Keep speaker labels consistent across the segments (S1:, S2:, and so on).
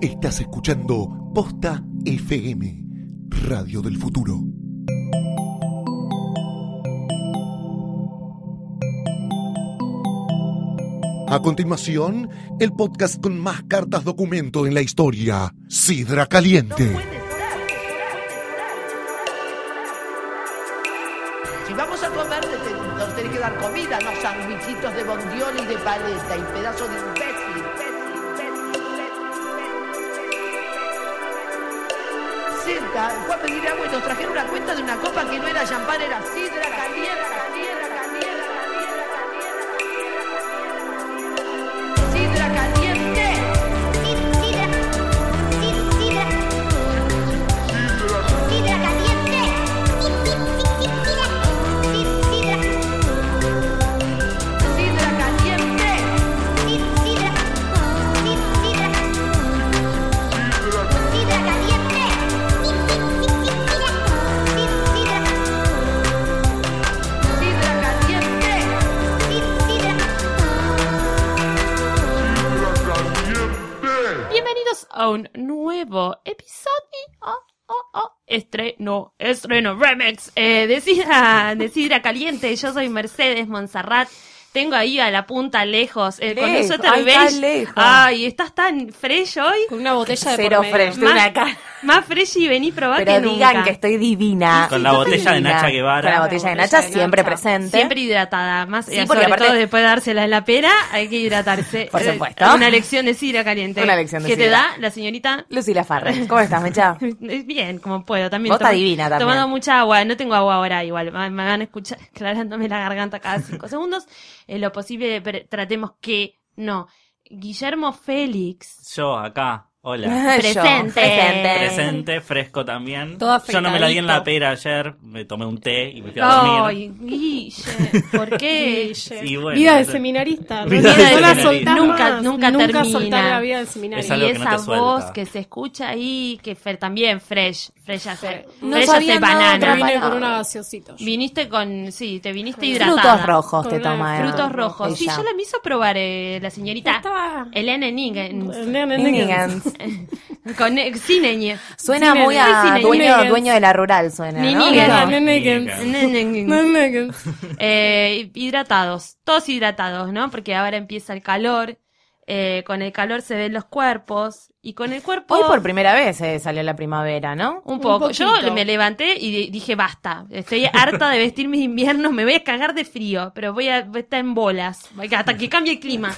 S1: Estás escuchando Posta FM, Radio del Futuro. A continuación, el podcast con más cartas documento en la historia, Sidra Caliente.
S2: Si vamos a comer, te- te- nos tenés que dar comida, no sandwichitos de bondiol y de paleta y pedazo de imbécil. Senta, fue a pedir agua y nos trajeron una cuenta de una copa que no era champán, era sidra caliente, caliente, caliente, caliente, caliente. Sidra caliente. Sidra caliente. Sidra caliente.
S3: Bienvenidos a un nuevo episodio. Oh, oh, oh. Estreno, estreno, remix. Eh, de, Sidra, de Sidra Caliente. Yo soy Mercedes Monserrat. Tengo ahí a la punta lejos. eh, con un
S4: Lejos,
S3: suéter
S4: ay,
S3: beige.
S4: tan lejos.
S3: Ay, estás tan fresh hoy.
S5: Con una botella de
S4: Cero
S5: por medio.
S4: fresh, de
S3: Más-
S4: una cara.
S3: Más fresh y vení probá
S4: Pero
S3: que
S4: digan
S3: nunca.
S4: que estoy divina.
S6: Con la botella de Nacha Guevara.
S4: Con la botella de Nacha siempre presente.
S3: Siempre hidratada, más
S4: Sí,
S3: eh,
S4: porque
S3: sobre
S4: aparte-
S3: todo después de dársela en la pera, hay que hidratarse.
S4: Por
S3: Eh,
S4: supuesto.
S3: Una lección de sidra caliente.
S4: Una lección de
S3: Que te
S4: sidra.
S3: da la señorita eh,
S4: Lucila Farrell. ¿Cómo estás, Mecha?
S3: Bien, como puedo. También
S4: Vos estás divina también.
S3: Tomando mucha agua. No tengo agua ahora igual. Me me van a escuchar aclarándome la garganta cada cinco segundos. En lo posible pre- tratemos que no. Guillermo Félix.
S6: Yo acá, hola.
S4: Yo,
S3: Presente.
S4: presente.
S6: Presente, fresco también.
S5: Todo
S6: Yo no me la di en la
S5: afeitadito.
S6: pera ayer, me tomé un té y me fui a dormir.
S3: Ay, Guille, ¿por qué?
S6: Y bueno,
S5: vida de
S6: no sé.
S5: seminarista.
S6: Vida
S5: no
S6: de
S5: la
S6: seminarista.
S5: soltás
S3: Nunca-
S5: más.
S3: nunca termina.
S5: soltás la vida del seminario.
S6: Es algo
S3: y
S6: que no
S3: esa
S6: te suelta.
S3: voz que se escucha ahí, que Fer también, Fresh, Fresh hace,
S4: No
S3: fresh
S4: sabía
S3: hace
S4: nada de
S5: Otra
S4: Otra
S3: banana.
S5: vine
S4: palabra.
S5: con una gaseosita. yo.
S3: Viniste con, sí, te viniste hidratada.
S4: Frutos rojos
S5: Con
S4: te
S5: una-
S4: toma. eh,
S3: Frutos rojos. Sí,
S4: ella.
S3: ya la me hizo probar eh, la señorita
S5: Estaba-
S3: Elena Niggins.
S5: Nene, nene, nene.
S4: Niggans.
S3: Con eh, sin ñ.
S4: Suena
S5: Sí,
S4: muy
S5: nene,
S3: sí,
S4: a
S3: nene.
S4: dueño,
S5: Niggans.
S4: dueño de la rural, suena.
S3: Ni
S4: ¿no?
S3: Niggans.
S4: Como-
S5: Nene, nene.
S6: Niggans.
S3: Nene, nene.
S5: Nene, nene.
S3: Eh, hidratados, todos hidratados, ¿no? Porque ahora empieza el calor, eh, con el calor se ven los cuerpos y con el cuerpo
S4: Hoy por primera vez eh, salió la primavera, ¿no?
S3: un poco.
S5: un
S3: Yo
S5: poquito.
S3: me levanté y di- dije, basta, estoy harta de vestir mis inviernos, me voy a cagar de frío, pero voy a, voy a estar en bolas, hasta que cambie el clima.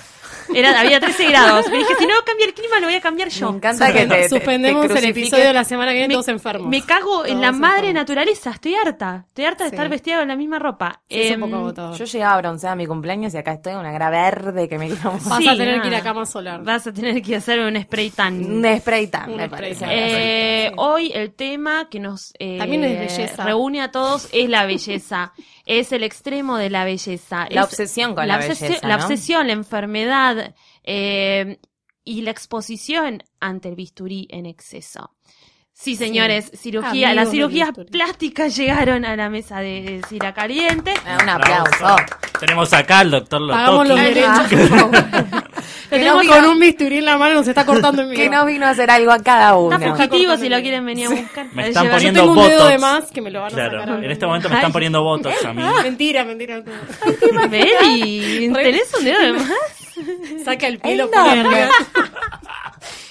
S3: Era, había 13 grados, me dije, si no cambia el clima, lo voy a cambiar yo.
S4: Me encanta que te- te,
S5: Suspendemos
S4: te
S5: el
S4: crucifiquen.
S5: episodio de la semana que viene todos enfermos.
S3: me cago en
S5: Todos
S3: la madre
S5: enfermos.
S3: naturaleza, estoy harta. Estoy harta de
S5: Sí.
S3: estar vestida con la misma ropa.
S5: Sí, es
S3: Em,
S5: un poco agotador.
S4: Yo llegaba bronceada a mi cumpleaños y acá estoy una gra verde que me quiero morir.
S5: Vas
S3: sí,
S5: a tener que ir
S3: nada.
S5: a cama solar.
S3: Vas a tener que hacer un spray tan.
S4: Un spray tan,
S5: Un
S4: me
S5: spray
S4: parece.
S5: tan.
S3: Eh,
S5: Sí.
S3: Hoy el tema que nos eh,
S5: También es belleza.
S3: reúne a todos es la belleza. es el extremo de la belleza.
S4: La
S3: Es
S4: obsesión con la
S3: obsesi-
S4: belleza,
S3: La
S4: ¿no?
S3: obsesión, la enfermedad eh, y la exposición ante el bisturí en exceso. Sí, señores, cirugía,
S5: Amigos
S3: las
S5: del
S3: cirugías
S5: bisturí.
S3: plásticas llegaron a la mesa de, de Cira Caliente.
S4: Ah, Un aplauso.
S6: Tenemos acá al doctor
S5: Pagamos
S6: Lotoki.
S5: los
S4: Ay,
S5: derechos.
S4: Que
S5: Tenemos
S4: no
S5: con
S4: vino-
S5: un bisturí en la mano, nos está cortando en vivo.
S4: Que no vino a hacer algo a cada uno.
S3: Está
S5: No.
S3: fugitivo
S5: Está
S3: si lo
S5: cortando
S3: quieren venir a buscar.
S6: Me están
S3: Llevar-
S5: Yo
S6: poniendo
S5: tengo un dedo
S6: botox.
S5: de más que me lo van a sacar.
S6: Claro,
S5: ahora.
S6: en este momento me están poniendo botox a mí.
S5: Mentira, mentira.
S3: Meli, ¿tenés un dedo de más?
S5: Saca el pelo
S4: El
S5: por
S4: nombre.
S5: arriba.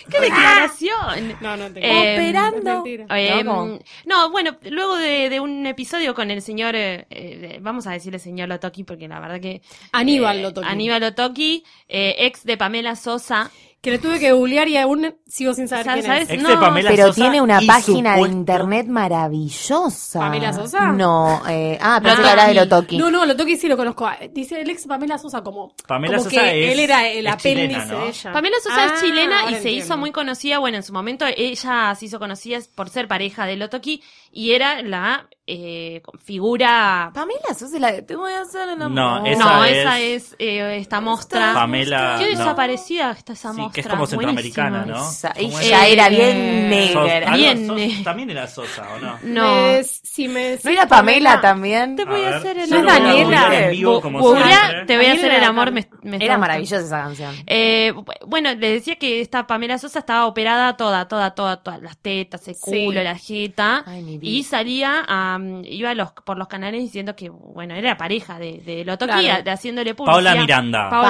S3: ¡Qué declaración!
S5: No, no tengo.
S3: Eh,
S4: Operando.
S5: Es mentira.
S3: Eh,
S4: ¿Cómo?
S3: no, bueno, luego de, de un episodio con el señor, eh, eh, vamos a decirle señor Lotoki, porque la verdad que...
S5: Aníbal
S3: eh,
S5: lo toqué.
S3: Aníbal Lotoki, eh, ex de Pamela Sosa.
S5: Que le tuve que googlear y aún sigo sin saber
S3: ¿Sabes-
S5: quién es.
S3: sabes?
S6: Ex
S3: No,
S6: de Pamela
S4: Pero
S6: Sosa
S4: tiene una
S6: y
S4: página de
S6: supuesto-
S4: internet maravillosa.
S5: ¿Pamela Sosa?
S4: No, eh, ah, pensé
S3: No,
S4: que hablaba de
S3: no,
S4: Lotoki.
S5: No, no, lo toqué y sí lo conozco. Ah, Dice el ex Pamela Sosa como,
S6: Pamela
S5: como
S6: Sosa
S5: que
S6: es-
S5: él era el
S6: es
S5: apéndice
S6: chilena, ¿no?
S5: de ella.
S3: Pamela Sosa
S5: Ah,
S3: es chilena y
S5: ahora
S3: se
S5: entiendo.
S3: hizo muy conocida, bueno, en su momento ella se hizo conocida por ser pareja de Lotoki y era la eh, con figura.
S4: Pamela Sosa es la que te voy a hacer el
S6: No,
S4: amor.
S6: esa
S3: no,
S6: es-
S3: esa es eh, esta mostra.
S6: Pamela.
S3: Qué
S6: no.
S3: desaparecida está esa
S6: Sí,
S3: mostra.
S6: que es como centroamericana,
S3: Buenísima.
S6: ¿no?
S4: Esa-
S6: ¿Cómo
S4: ella
S3: es?
S4: era
S5: Eh,
S4: bien
S6: Sos- ah,
S4: negra.
S6: no,
S3: Bien.
S6: Sos- también era Sosa, ¿o no?
S3: No.
S5: Me- si me
S4: ¿No era Pamela también?
S3: Te voy a
S6: A ver,
S3: hacer
S6: yo
S3: el
S6: lo
S3: amor.
S6: voy a googlear
S4: Daniela.
S6: en vivo, como
S3: Googlea,
S6: siempre.
S3: te voy a hacer el
S5: Daniela
S3: amor. me- me está
S4: Era
S3: gustando.
S4: maravillosa esa canción.
S3: Eh, bueno, les decía que esta Pamela Sosa estaba operada toda, toda, toda, todas las tetas, el
S5: Sí.
S3: culo, la jeta.
S4: Ay, mi vida.
S3: Y salía, a, iba a los, por los canales diciendo que, bueno, era pareja de, de Lotoquí,
S5: Claro.
S3: de haciéndole publicidad.
S6: Paola Miranda.
S3: Paola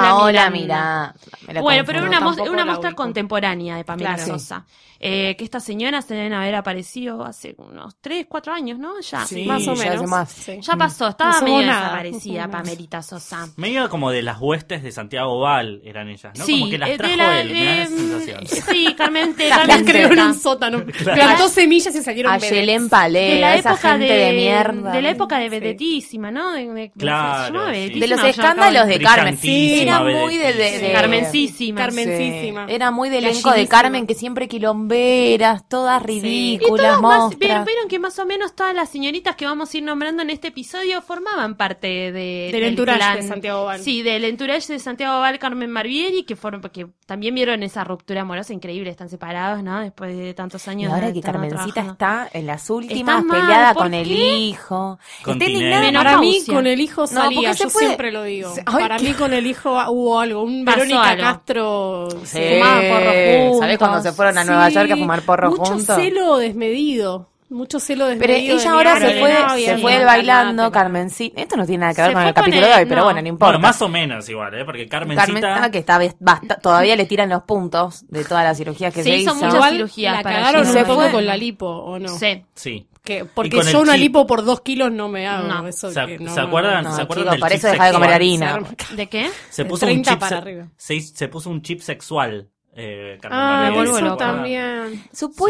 S3: Miranda.
S4: Paola, mira. Me la
S3: bueno, pero era
S4: confundo.
S3: una, mos-
S5: tampoco
S3: una
S5: la
S3: muestra
S5: ubico.
S3: contemporánea de Pamela
S5: Claro.
S3: Sosa. Eh, que esta señora se deben haber aparecido hace unos 3, 4 años, ¿no? Ya.
S6: Sí.
S5: más o
S4: ya hace
S5: menos.
S4: más.
S5: Sí.
S3: Ya pasó, estaba
S5: No somos
S3: medio
S5: nada, no
S3: desaparecida
S5: somos nada.
S3: Pamelita Sosa.
S6: Medio como de las huestes de Santiago Val eran ellas, ¿no? como que
S3: eh,
S6: las
S3: de
S6: trajo
S3: la-
S6: él, me da
S3: eh,
S6: esa sensación.
S3: Sí, Carmen te-
S5: Las
S3: Carmen
S5: creó en
S3: Teca.
S5: un sótano. Plantó semillas y salieron
S4: A
S5: bebés.
S4: Yelén Palé,
S3: de la
S4: esa
S3: época
S4: gente de, mierda.
S3: de la época de
S5: Sí.
S3: vedetísima, ¿no? De, de-
S6: Claro,
S3: se llamaba
S6: sí.
S3: vedetísima,
S4: De los
S3: yo
S4: escándalos
S3: acabo
S4: de Carmen.
S6: Brillantísima,
S4: Sí, era muy de, de,
S6: bellísima.
S4: de-
S3: Carmencísima.
S5: Carmen-
S4: Sí.
S5: Carmencísima.
S4: Era muy del elenco de
S5: Gallísima.
S4: Carmen, que siempre quilomberas, todas
S3: Y
S4: ridículas,
S3: todas más, pues,
S4: monstruas.
S3: vieron, vieron que más o menos todas las señoritas que vamos a ir nombrando en este episodio formaban parte de,
S5: Del entourage
S3: clan.
S5: de Santiago Val.
S3: Sí, del entourage de Santiago Val, Carmen Barbieri, que fueron, que también vieron esa ruptura amorosa increíble, están separados, ¿no? Después de tantos
S4: Y
S3: años.
S4: ahora
S3: de
S4: que
S3: estar
S4: Carmencita
S3: trabajando.
S4: está en las últimas,
S3: mal,
S4: peleada
S3: ¿por
S4: con el
S3: qué?
S4: hijo.
S6: Con
S4: Está
S6: Tinelli.
S4: indignada.
S3: Menos
S5: Para mí
S3: Pausia.
S5: con el hijo salía,
S4: porque se
S5: yo
S4: puede-
S5: siempre lo digo.
S4: se- ay,
S5: Para
S4: qué-
S5: mí con el hijo ah, hubo algo, un
S3: Pasó
S5: Verónica
S3: algo.
S5: Castro.
S3: Sí. Fumaban porros juntos.
S4: ¿Sabes cuando se fueron a Nueva
S5: Sí,
S4: York a fumar porros
S5: Mucho
S4: juntos?
S5: celo desmedido. Mucho celo
S4: Pero
S5: desmedido. de
S4: ella
S5: mi
S4: ahora
S5: novia,
S4: se
S3: Carmen
S5: de
S4: fue,
S5: mi novia,
S4: se
S5: de
S4: fue
S5: mi
S4: del
S5: novia,
S4: bailando,
S5: andate.
S4: Carmencita. Esto no tiene nada que ver
S3: Se
S4: con
S3: fue
S4: el capítulo
S3: con
S4: de hoy,
S3: él,
S4: pero
S3: no.
S4: bueno, no importa.
S6: Bueno, más o menos igual, ¿eh? Porque Carmencita...
S4: Carmencita, que está, basta- todavía le tiran los puntos de todas las cirugías que
S3: Se
S4: se,
S3: hizo
S4: hizo.
S3: muchas
S5: Igual
S3: cirugías
S5: la
S3: para
S5: cagaron
S4: llegar
S5: un
S4: a
S5: poco
S4: Nueva
S5: con
S4: York.
S5: la lipo, ¿o no?
S3: Sí.
S6: Sí.
S5: Que,
S6: Y
S5: porque
S6: con
S5: yo
S6: el
S5: una
S6: chip.
S5: lipo por dos kilos no me hago.
S3: No.
S5: Eso
S6: ¿Se,
S5: que
S6: ac-
S5: no,
S6: ¿se acuerdan,
S4: no,
S6: ¿se
S4: no,
S6: acuerdan
S4: chicos,
S6: del
S4: para
S6: chip
S4: eso dejá de comer
S6: sexual?
S4: harina.
S3: ¿De qué?
S6: Se
S5: De
S6: puso un
S5: 30
S6: chip
S5: para
S6: se-
S5: arriba.
S6: Se, se puso un chip sexual. Eh, Carmen
S5: Ah,
S6: Barbieri,
S3: vuelvo
S6: ¿se
S5: eso
S3: loca.
S6: acuerdan?
S5: también.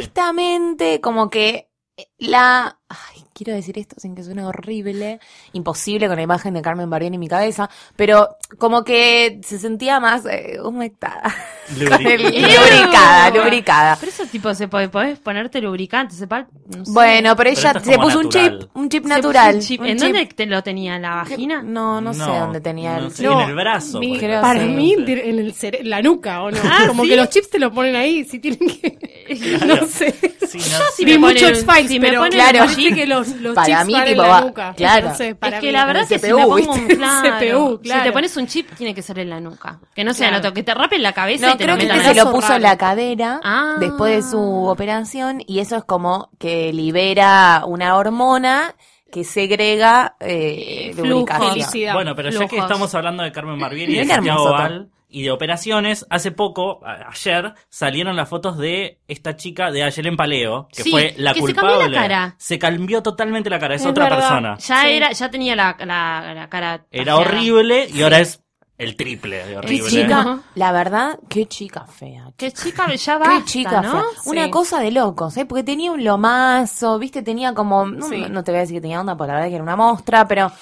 S4: Supuestamente, como que eh, la. Ay, quiero decir esto sin que suene horrible. Imposible con la imagen de Carmen Barbieri en mi cabeza. Pero como que se sentía más eh, humectada. Con el-
S6: Lubri-
S4: lubricada, lubricada.
S3: Pero eso tipo, se puede, podés ponerte lubricante, sepa. no sé.
S4: Bueno, pero ella
S6: esto es
S4: se
S6: como
S4: puso
S6: natural.
S4: un chip, un
S3: Se
S4: chip
S3: puso un
S4: natural.
S3: chip.
S4: un
S3: ¿En
S4: chip.
S3: dónde te lo tenía? ¿La vagina?
S4: No, no, sé dónde tenía
S6: no
S4: el
S6: sé,
S4: chip.
S5: No,
S6: en el brazo.
S5: Mi-
S6: por
S4: creo
S6: ejemplo.
S5: para
S4: sí.
S5: mí, dir- en el cere- la nuca, ¿o no? Como
S3: Ah, ¿sí?
S5: que los chips te lo ponen ahí, si tienen que...
S6: Claro.
S5: No sé.
S6: Sí, no sé.
S3: si
S5: Vi
S3: me
S5: mucho
S3: ponen-
S5: X-Files,
S3: si me
S5: pero
S3: ponen
S5: claro,
S4: un
S5: parece que los, los
S4: Para
S5: chips
S4: mí,
S5: van en
S4: tipo,
S5: la
S4: va-
S5: nuca.
S4: claro.
S5: No sé, para
S3: es que
S5: mí.
S3: la verdad que si
S4: CPU,
S3: me pongo
S4: ¿viste?
S3: un claro,
S5: CPU,
S3: si te
S5: claro.
S3: pones un chip tiene que ser en la nuca, que no sea
S5: Claro.
S3: el otro, que te rapen la cabeza y
S4: No,
S3: te
S4: creo que
S3: metan
S4: este
S5: metan
S4: se
S3: adentro.
S4: lo
S5: brazo
S4: puso en
S5: raro.
S4: la cadera
S3: Ah.
S4: después de su operación y eso es como que libera una hormona que segrega eh,
S3: Flujo.
S4: lubricación.
S5: Felicidad.
S6: Bueno, pero ya que
S3: Lujos.
S6: estamos hablando de Carmen Barbieri y de
S4: Mira qué
S6: Santiago
S4: hermoso
S6: Val y de operaciones, hace poco, a- ayer, salieron las fotos de esta chica de ayer en Paleo, que
S3: Sí,
S6: fue la
S3: que se cambió la
S6: culpable.
S3: cara.
S6: Se cambió totalmente la cara, es,
S5: Es
S6: otra
S5: verdad.
S6: persona.
S3: Ya
S5: Sí.
S3: era ya tenía la, la, la cara
S6: Era
S3: tajeada.
S6: horrible y ahora es el triple de
S4: Qué
S6: horrible.
S4: chica, la verdad, qué chica fea.
S3: Qué chica, ya
S4: Qué
S3: basta,
S4: chica
S3: ¿no?
S4: fea. Una
S5: Sí.
S4: cosa de locos, ¿eh? Porque tenía un lomazo, ¿viste? Tenía como. No,
S5: Sí.
S4: no te voy a decir que tenía onda, porque la verdad es que era una mostra, pero.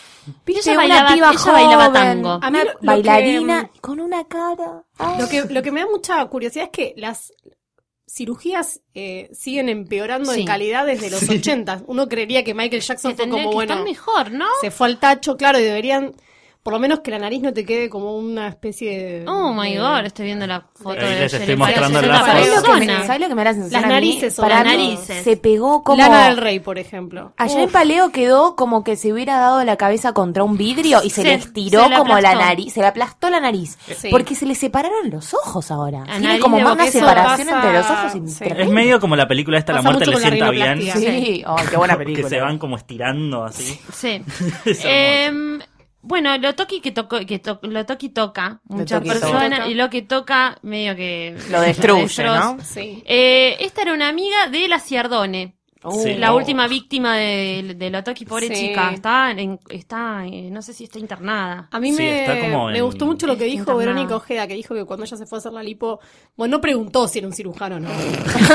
S4: ¿Viste?
S3: Ella
S4: una
S3: bailaba-
S4: piba
S3: ella bailaba
S4: joven,
S3: tango.
S5: A
S4: una
S5: mí lo- lo que-
S4: bailarina con una cara. ay.
S5: Lo que, lo que me da mucha curiosidad es que las cirugías eh, siguen empeorando
S3: Sí.
S5: en calidad desde los 80. Uno creería que Michael Jackson
S3: Que
S5: fue
S3: tendría
S5: como,
S3: que
S5: bueno,
S3: estar mejor, ¿no?
S5: se fue al tacho, claro, y deberían, por lo menos que la nariz no te quede como una especie de...
S3: Oh my
S5: de-
S3: god, estoy viendo la foto
S6: Ahí
S3: de
S6: les estoy
S3: Jennifer
S6: mostrando
S3: Aniston.
S6: las
S3: Otra
S4: ¿Sabés Eh, lo que me,
S3: persona.
S4: sabés lo que me da la sensación
S5: Las
S4: a mí?
S5: narices, sobre
S4: Para
S3: las
S4: mí
S3: narices.
S4: se pegó como...
S5: Lana del Rey, por ejemplo.
S4: Ayer en
S5: Uf,
S4: Paleo quedó como que se hubiera dado la cabeza contra un vidrio y se,
S3: Se-
S4: le estiró
S3: se le
S4: como la
S3: aplastó.
S4: nariz, se le aplastó la nariz.
S3: eh,
S5: Sí.
S4: Porque se le separaron los ojos ahora.
S3: A
S4: Tiene
S3: nariz
S4: como
S3: de
S4: más
S3: boca,
S4: una
S5: eso
S4: separación
S5: pasa-
S4: entre los ojos.
S5: sí.
S4: y
S6: Es medio como la película esta, La
S5: Pasa
S6: muerte le
S5: mucho con la
S6: sienta bien.
S5: rinoplastia.
S4: Sí, oh, qué buena película.
S6: Que se van como estirando así.
S3: Sí.
S6: Es hermoso.
S5: Eh,
S3: Em, bueno, lo toqui que tocó, que to- lo toqui toca muchas
S4: toqui toca.
S3: personas y lo que toca medio que
S4: Lo destruye,
S3: lo
S4: ¿no?
S5: Sí.
S3: Eh, esta era una amiga de la Ciardone.
S4: Oh.
S5: uh,
S6: Sí.
S3: La última víctima de, de Lotoki, pobre
S5: Sí.
S3: chica. Está, en- está eh, no sé si está internada.
S5: A mí
S6: Sí,
S5: me,
S6: está como
S5: me
S6: en-
S5: gustó mucho lo que
S3: Está
S5: dijo
S3: internada.
S5: Verónica Ojeda, que dijo que cuando ella se fue a hacer la lipo, bueno, no preguntó si era un cirujano o no.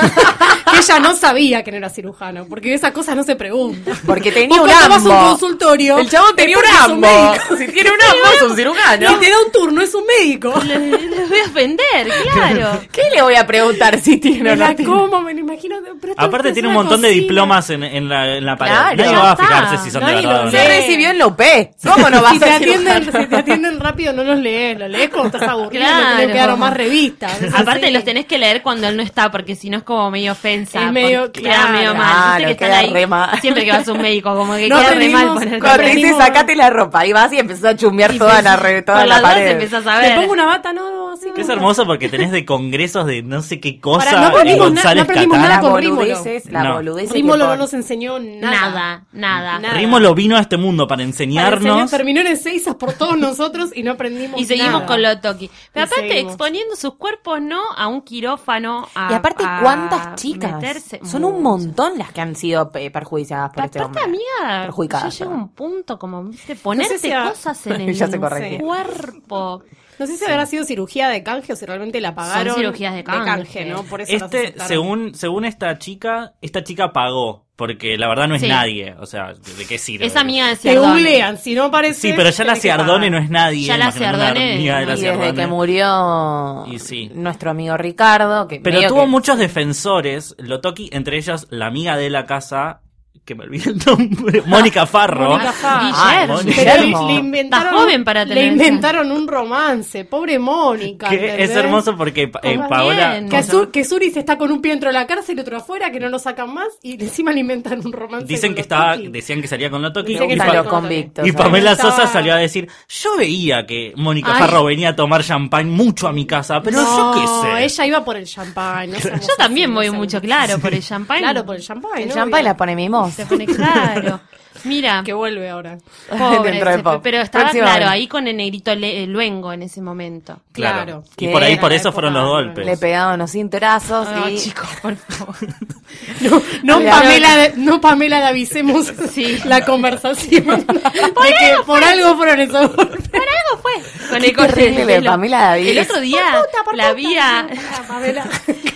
S5: que ella no sabía que no era cirujano, porque esas cosas no se preguntan.
S4: Porque tenía un
S5: Vos cuando vas a un
S4: ambo.
S5: consultorio.
S4: El chabón tenía
S5: es
S4: un
S5: porque es un
S4: ambo. Si tiene un ambo es un
S5: Si
S4: cirujano.
S5: te da un turno, es un médico.
S3: Les, les voy a ofender, claro.
S4: ¿Qué le voy a preguntar si tiene o
S5: Me
S4: no
S5: la
S4: tiene?
S5: como, me lo imagino. pero esto- esto
S6: Aparte
S5: es
S6: tiene un
S5: una
S6: montón de diplomas en, en la, en la pared.
S4: Claro.
S6: Nadie
S4: Ya
S6: va a
S3: está.
S6: fijarse si son de
S5: Nadie
S6: verdad
S5: lo
S6: o no.
S5: lee.
S4: Se recibió en la UP. ¿Cómo no vas
S5: si
S4: a
S5: te,
S4: ser
S5: atienden,
S4: cirujano?
S5: si te atienden rápido, no los lees. Los lees cuando estás aburrido.
S3: Claro.
S5: Te tienen que dar o más revistas. es
S3: Aparte
S5: así.
S3: los tenés que leer cuando él no está, porque si no es como medio ofensa.
S5: Es medio-
S3: porque queda
S5: claro.
S3: medio mal. Viste
S4: Claro,
S3: que están
S4: queda
S3: ahí
S4: re mal.
S3: Siempre que vas a un médico, como que
S5: No
S3: queda re
S5: tenemos
S3: mal ponerte.
S5: con-
S4: Cuando te dice
S5: aprendimos-
S4: sacate la ropa y vas y empezás a chumbear toda la, re- toda
S3: Por
S4: la
S3: las dos
S4: pared.
S3: empezás a
S5: Me
S3: ver.
S5: pongo una bata, no, no, así.
S6: Que es
S5: no.
S6: hermoso porque tenés de congresos de no sé qué cosa
S5: Pará, no
S6: en
S5: aprendimos na-
S6: González
S5: no aprendimos
S6: Catán.
S5: nada
S4: Las
S5: con Rímolo.
S4: boludeces, la
S6: No.
S4: boludez
S5: Rímolo no nos enseñó nada.
S3: Nada, nada.
S5: Nada.
S6: Rímolo vino a este mundo para
S5: Para
S6: enseñarnos.
S5: enseñar, terminó en seisas por todos nosotros y no aprendimos
S3: Y seguimos
S5: nada.
S3: con lo toqui. Pero
S5: Y
S3: aparte,
S5: seguimos.
S3: exponiendo sus cuerpos, ¿no? A un quirófano. A,
S4: Y aparte,
S3: a
S4: ¿cuántas chicas?
S3: meterse-
S4: Son
S3: Muchas.
S4: un montón las que han sido eh, perjudicadas por
S3: Pero
S4: este
S3: aparte,
S4: hombre.
S3: amiga,
S4: Perjudicadas,
S3: yo llego a
S4: perdón.
S3: un punto como, viste, ponerte
S5: si a-
S3: cosas en
S4: Ya se
S3: el
S4: corrigió.
S3: cuerpo.
S5: No sé si habrá sido cirugía de canje o si realmente la pagaron.
S3: cirugías de canje.
S5: ¿no? Por eso las
S6: Este,
S5: aceptaron.
S6: según, según esta chica, esta chica pagó, porque la verdad no es
S3: Sí.
S6: nadie. O sea, ¿de de qué sirve?
S3: Es amiga de
S5: Te
S3: Ciardone.
S5: googlean, si no parece.
S6: Sí, pero ya la
S5: tenés que
S6: Ciardone
S5: pagar.
S6: no es nadie.
S3: Ya la
S6: imagínate, una
S3: Ciardone,
S6: amiga de la
S4: Y desde que
S6: Ciardone.
S4: murió
S6: Y sí.
S4: nuestro amigo Ricardo, que
S6: Pero
S4: medio
S6: tuvo
S4: que-
S6: muchos defensores, Lotoki, entre ellas la amiga de la casa, que me olvidé el nombre, Mónica Farro.
S5: Mónica Farro.
S6: Ah,
S3: Guillermo.
S6: Mónica.
S5: Pero
S4: Guillermo.
S5: le, le inventaron.
S3: Estás joven para
S5: Le
S3: tener esa.
S5: inventaron un romance. Pobre Mónica.
S6: Que es
S5: ¿entendés?
S6: hermoso porque eh,
S3: Muy
S6: Paola...
S3: bien.
S5: Que,
S3: Cosa.
S5: Su- que Suris está con un pie dentro de la cárcel y otro afuera, que no lo sacan más, y encima le inventan un romance.
S6: Dicen
S5: con
S6: que
S5: los
S6: estaba,
S5: Tuki.
S6: decían que salía con Lotoki.
S5: Dicen
S6: y
S5: que
S4: Están
S5: salió
S6: Pa-
S4: los
S5: con Tony.
S4: convictos.
S6: Y
S4: ahí.
S6: Pamela
S5: Estaba-
S6: Sosa salió a decir, yo veía que Mónica
S3: Ay.
S6: Farro venía a tomar champán mucho a mi casa, pero
S5: no,
S6: yo qué sé.
S5: ella iba por el champán.
S3: Yo también voy mucho, claro, por el champagne.
S5: Claro, por el champán.
S4: El
S5: ¿no?
S4: champagne la pone mimosa.
S3: Se pone claro. Mira,
S5: Que vuelve ahora.
S3: pobre,
S4: Dentro de
S3: se-
S4: poco.
S3: pero estaba
S4: Próxima
S3: claro
S4: vez.
S3: ahí con el negrito le- luengo en ese momento.
S5: Claro.
S6: Y
S4: Que
S6: por ahí,
S4: era
S6: por
S5: la
S6: eso fueron
S5: época
S6: los
S5: de-
S6: golpes.
S4: Le pegaban unos cinturazos
S3: No,
S4: y...
S3: chicos, por favor.
S5: No,
S4: Claro.
S5: Pamela, de- no Pamela, le avisemos la conversación. de que por algo fueron esos golpes.
S3: algo fue con el
S4: Qué
S3: corte de
S4: terrible,
S3: pelo.
S4: Pamela David.
S3: El otro día la vi a
S5: Pamela.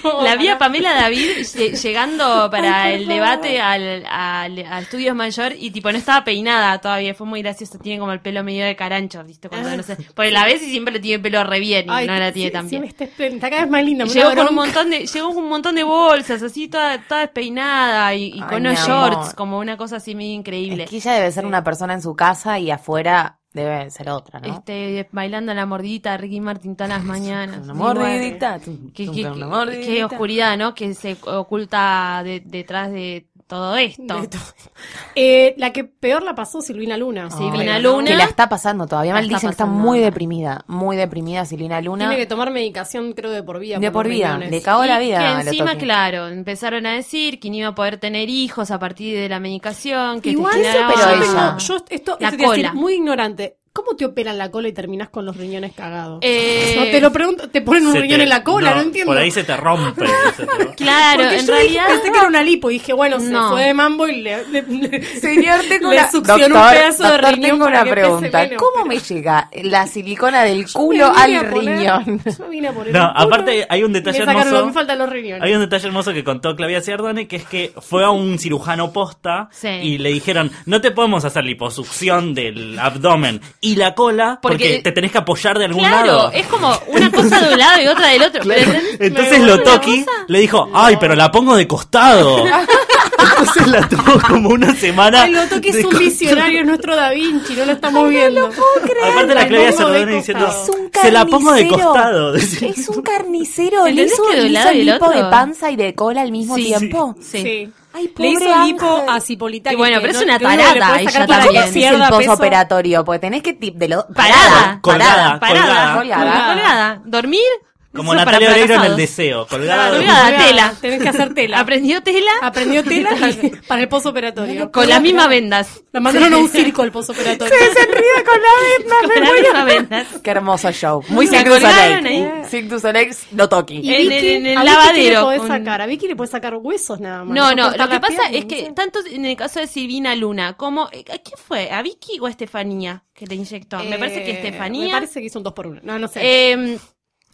S3: la vi a Pamela David lle- llegando para el debate al, al- a Estudios Mayor y tipo no estaba peinada todavía, fue muy gracioso, tiene como el pelo medio de carancho, ¿viste?
S4: Ah,
S3: Cuando no sé, porque la ves y siempre le tiene el pelo re bien y
S5: Ay,
S3: no la tiene
S5: sí,
S3: tan
S5: sí,
S3: bien.
S5: me está, esplen- está cada vez más linda. me
S3: Llegó
S5: da
S3: con un
S5: bronca.
S3: montón de, llegó con un montón de bolsas, así toda, toda despeinada y, y
S4: Ay,
S3: con unos
S4: mi amor.
S3: shorts, como una cosa así medio increíble.
S4: Es que ella debe ser una persona en su casa y afuera debe ser otra, ¿no?
S3: Este, bailando la mordidita Ricky Martin todas las mañanas.
S4: Una
S3: Sí,
S4: mordidita.
S3: Qué, qué-
S4: Una
S3: qué-
S4: mordidita.
S3: qué oscuridad, ¿no? Que se oculta de- detrás de todo esto.
S5: De todo. Eh, la que peor la pasó, Silvina Luna.
S3: Silvina
S5: Creo, ¿no?
S3: Luna.
S4: Que la está pasando todavía
S3: La
S4: mal. Dicen que
S3: está
S4: está
S3: pasando
S4: muy
S3: mal.
S4: deprimida. Muy deprimida Silvina Luna.
S5: Tiene que tomar medicación, creo, de por vida.
S4: De
S5: los
S4: por vida.
S5: riñones.
S4: Le cagó la
S3: Y
S4: vida. a
S3: Que
S4: la
S3: encima,
S4: Toki.
S3: claro, empezaron a decir que no iba a poder tener hijos a partir de la medicación. Que este,
S5: Igual,
S3: te generaba-
S4: pero
S5: yo tengo-
S4: ella-
S5: yo esto, esto
S3: La
S5: te iba a decir,
S3: cola.
S5: muy ignorante. ¿Cómo te operan la cola y terminas con los riñones cagados?
S3: Eh,
S5: No, te lo pregunto, te ponen un
S6: Se
S5: riñón
S6: te-
S5: en la cola, no,
S6: no,
S5: entiendo.
S6: Por ahí se te rompe. se te va.
S3: Claro,
S5: Porque
S3: en
S5: yo dije-
S3: realidad.
S5: pensé que era una lipo y dije, bueno,
S3: No.
S5: se fue de mambo y le, le- le-
S4: Señor, tengo
S5: le
S4: una...
S5: succionó un
S4: Doctor,
S5: pedazo de
S4: doctor,
S5: riñón
S4: tengo
S5: para
S4: una
S5: que pese
S4: pregunta.
S5: menos,
S4: ¿Cómo
S5: pero
S4: me llega la silicona del
S5: yo me
S4: culo
S5: vine
S4: al
S5: a poner-
S4: riñón?
S5: Yo me vine a poner
S6: No,
S5: el culo
S6: aparte hay un detalle
S5: y me sacaron
S6: hermoso.
S5: lo- me faltan los riñones.
S6: Hay un detalle hermoso que contó Claudia Ciardone, que es que fue a un cirujano posta
S3: Sí.
S6: y le dijeron, no te podemos hacer liposucción del abdomen y la cola porque,
S3: Porque-
S6: te tenés que apoyar de algún
S3: Claro,
S6: lado.
S3: es como una cosa de un lado y otra del otro. pero ¿entendés?
S6: Entonces
S3: Me-
S6: Lotoki le dijo, ay, pero la pongo de costado. Entonces la tuvo como una semana.
S5: Ay, lo toque
S6: de
S5: es un
S6: co-
S5: visionario, es nuestro Da Vinci, no lo estamos viendo.
S6: Aparte la
S5: La
S6: Claudia
S5: pongo de
S6: Ciardone diciendo,
S5: costado.
S4: Es un
S6: se la pongo de
S4: carnicero.
S6: costado. decía.
S4: Es un carnicero. Le
S3: ¿Entendés
S4: hizo,
S3: que de
S4: le
S3: un
S4: hizo
S3: lado y del
S4: lipo de
S3: otro?
S4: panza y de cola al mismo
S3: Sí,
S4: tiempo.
S3: Sí.
S4: Ay,
S5: Le
S4: pobre
S5: hizo lipo
S4: Ángel.
S5: a Cipolitani.
S3: Y bueno,
S5: que
S3: pero es
S5: no-
S3: una
S5: que uno le puede
S3: tarada
S5: sacar
S3: ella
S5: para que
S4: ¿Cómo
S3: también.
S4: se hizo
S5: pierda
S4: el
S5: peso.
S4: postoperatorio? Porque tenés que tip de lo...
S3: Parada,
S6: Colgada,
S3: parada,
S6: Ah, colgada.
S3: parada, colgada, colgada. dormir.
S6: Como
S3: eso es para
S6: Natalia Oreiro en el
S3: fracasados.
S6: deseo, colgada.
S3: Claro,
S6: de-
S3: colgada. tela.
S5: Tenés que hacer tela.
S3: Aprendió tela
S5: Aprendió tela y- para el posoperatorio.
S3: con las mismas vendas.
S5: La mandaron a un circo el posoperatorio.
S4: ríe con la
S3: Con las mismas vendas.
S4: Qué hermoso show. Muy
S3: La
S4: Cirque du
S3: colgaron
S5: eh?
S4: Soleil. Cirque du Soleil, no toqui.
S3: en el- en el
S5: a Vicky
S3: lavadero,
S5: le podés
S3: con-
S5: sacar, a Vicky le podés sacar huesos nada más.
S3: No, no,
S5: cortar
S3: lo que
S5: las
S3: pasa
S5: piernas,
S3: es que
S5: no sé.
S3: tanto en el caso de Silvina Luna como... eh, ¿Qué fue? ¿A Vicky o a Estefanía que le inyectó? me parece que
S5: Eh,
S3: Estefanía...
S5: Me parece que hizo un dos por uno. No, no sé.
S3: eh,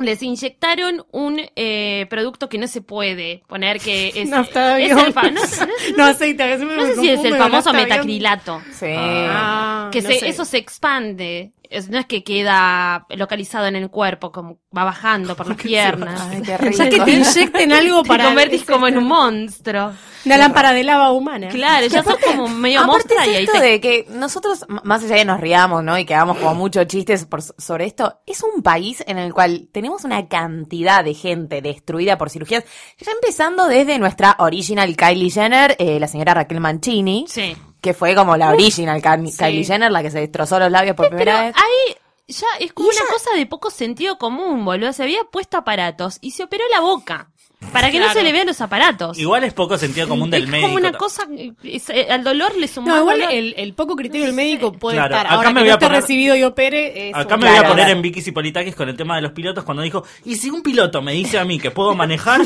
S3: les inyectaron un eh, producto que no se puede poner, que es... es
S5: Naftavión.
S3: el fa- no sé- no sé-
S5: No, aceite, que siempre
S3: no
S5: me
S3: sé si es
S5: confundo
S3: el
S5: con
S3: famoso
S5: naftavión.
S3: metacrilato.
S4: Sí.
S5: Ah,
S3: que
S5: no
S3: se-
S5: sé.
S3: eso se expande. Es- no es que queda localizado en el cuerpo, como, va bajando por las piernas.
S4: Ay, qué
S5: Ah, Ya que
S4: rico.
S5: te inyecten algo
S3: Te
S5: para.
S3: convertís como en un monstruo.
S5: Una lámpara de lava humana.
S3: Claro, ya sos como medio
S4: Aparte
S3: monstrua
S4: es
S3: y ahí
S4: esto
S3: te...
S4: de que nosotros, m- más allá de que nos riamos, ¿no? Y que hagamos como muchos chistes por- sobre esto, es un país en el cual tenemos una cantidad de gente destruida por cirugías, ya empezando desde nuestra original Kylie Jenner, eh, la señora Raquel Mancini,
S3: Sí.
S4: que fue como la original Ka-
S3: sí.
S4: Kylie Jenner, la que se destrozó los labios por
S3: Pero
S4: primera vez.
S3: ahí ya es como
S4: Y
S3: una
S4: ella-
S3: cosa de poco sentido común, boludo. Se había puesto aparatos y se operó la boca para que no
S5: Claro.
S3: se le vean los aparatos.
S6: Igual es poco sentido común del
S3: es
S6: médico.
S3: como una cosa... es- eh, al dolor le sumó
S5: No, igual
S3: dolor.
S5: el, el poco criterio del médico puede
S6: Claro,
S5: estar.
S6: acá
S5: Ahora
S6: me
S5: que
S6: voy a
S5: no esté
S6: poner-
S5: recibido y opere. es
S6: Acá
S5: un-
S6: me voy a
S4: Claro,
S6: poner
S4: claro.
S6: en Vicky Politakis con el tema de los pilotos cuando dijo, y si un piloto me dice a mí que puedo manejar,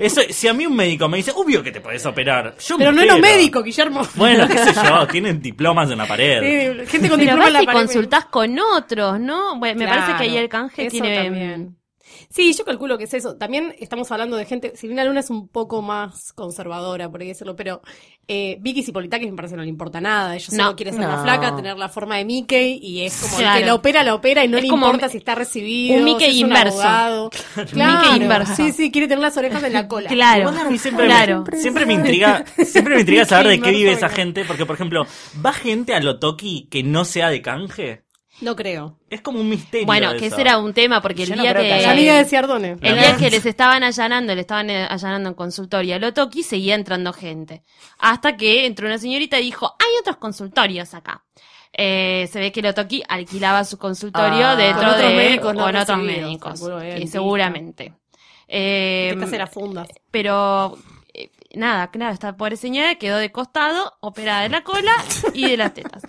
S6: eso, si a mí un médico me dice, obvio que te podés operar. Yo me
S5: Pero no es lo
S6: opero".
S5: médico, Guillermo.
S6: Bueno, qué sé yo, tienen diplomas en la pared.
S5: Sí, gente
S3: Pero
S5: con diploma
S3: vas
S5: en la
S3: y
S5: pared.
S3: consultás con otros, ¿no? Bueno, me parece que ahí
S5: Claro,
S3: el canje
S5: eso
S3: tiene...
S5: también. Sí, yo calculo que es eso. También estamos hablando de gente. Silvina Luna es un poco más conservadora, por ahí decirlo, pero eh, Vicky Sipolitakis me parece que no le importa nada. Ella solo
S3: No.
S5: quiere ser
S4: No.
S5: la flaca, tener la forma de Mickey y es como el
S3: Claro.
S5: que la opera, la opera y no
S3: Es
S5: le
S3: como
S5: importa
S3: mi-
S5: si está recibido.
S3: un Mickey
S5: si es un
S3: inverso.
S5: abogado.
S3: Mickey inverso.
S5: Sí, sí, quiere tener las orejas en la cola.
S3: Claro,
S6: Igual a mí siempre,
S3: claro.
S6: me, siempre me intriga, siempre me intriga saber de qué
S5: Sí,
S6: vive
S5: Marzo,
S6: esa
S5: bueno.
S6: gente, porque por ejemplo, ¿va gente a lo toki que no sea de canje?
S5: No creo.
S6: Es como un misterio.
S3: Bueno,
S6: eso.
S3: que ese era un tema, porque
S6: Yo
S3: el
S6: no
S3: día
S6: creo que
S3: que...
S5: La amiga de Ciardone.
S3: El
S6: La
S3: día
S6: verdad.
S3: que les estaban allanando, le estaban eh, allanando en consultorio al Otoki, seguía entrando gente. Hasta que entró una señorita y dijo, hay otros consultorios acá. Eh, se ve que el Otoki alquilaba su consultorio
S4: Ah.
S3: dentro
S4: Con otros
S3: de...
S5: médicos no
S3: con otros
S5: recibidos,
S3: médicos,
S5: seguro,
S3: que
S5: dentista.
S3: seguramente. Eh,
S5: Estas eran fundas.
S3: pero eh, nada, claro, esta pobre señora quedó de costado, operada de la cola y de las tetas.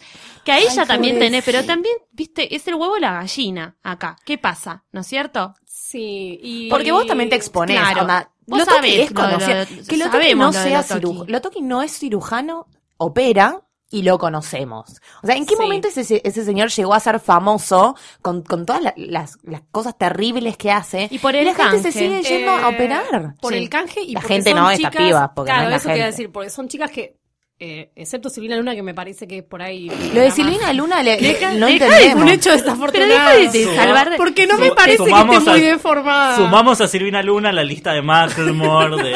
S3: Que a ella también tenés, pero también, viste, es el huevo o la gallina acá. ¿Qué pasa? ¿No es cierto?
S5: Sí. y-
S4: Porque vos también te exponés,
S3: Claro.
S4: onda,
S3: Vos
S4: lo toqui
S3: sabés
S4: es
S3: lo de lo-
S4: conocer-
S3: lo-
S4: que lo toqui
S3: sabemos
S4: no
S3: lo de
S4: sea
S3: lo toqui.
S4: cirujano, lo toqui no es cirujano, opera y lo conocemos. O sea, ¿en qué
S5: Sí.
S4: momento ese, ese señor llegó a ser famoso con, con todas la- las, las cosas terribles que hace?
S3: Y por el
S4: la gente
S3: canje.
S4: se sigue yendo a
S5: Eh,
S4: operar.
S5: Por
S3: Sí.
S5: el canje y
S4: La
S5: porque
S4: gente
S5: son
S4: no, estas
S5: chicas,
S4: pibas, porque
S5: Claro,
S4: no es la
S5: eso te iba a
S4: gente.
S5: decir, porque son chicas que, eh, excepto Silvina Luna, que me parece que por ahí.
S4: Lo de Silvina Luna le, le-
S5: Deja-
S4: no
S5: deja de-
S4: entendemos.
S5: un hecho desafortunado.
S3: Pero deja de- de salvar-
S5: Porque no me
S6: Suma-
S5: parece que
S6: sumamos
S5: esté muy
S6: a-
S5: deformada.
S6: Sumamos a Silvina Luna a la lista de Macklemore, de...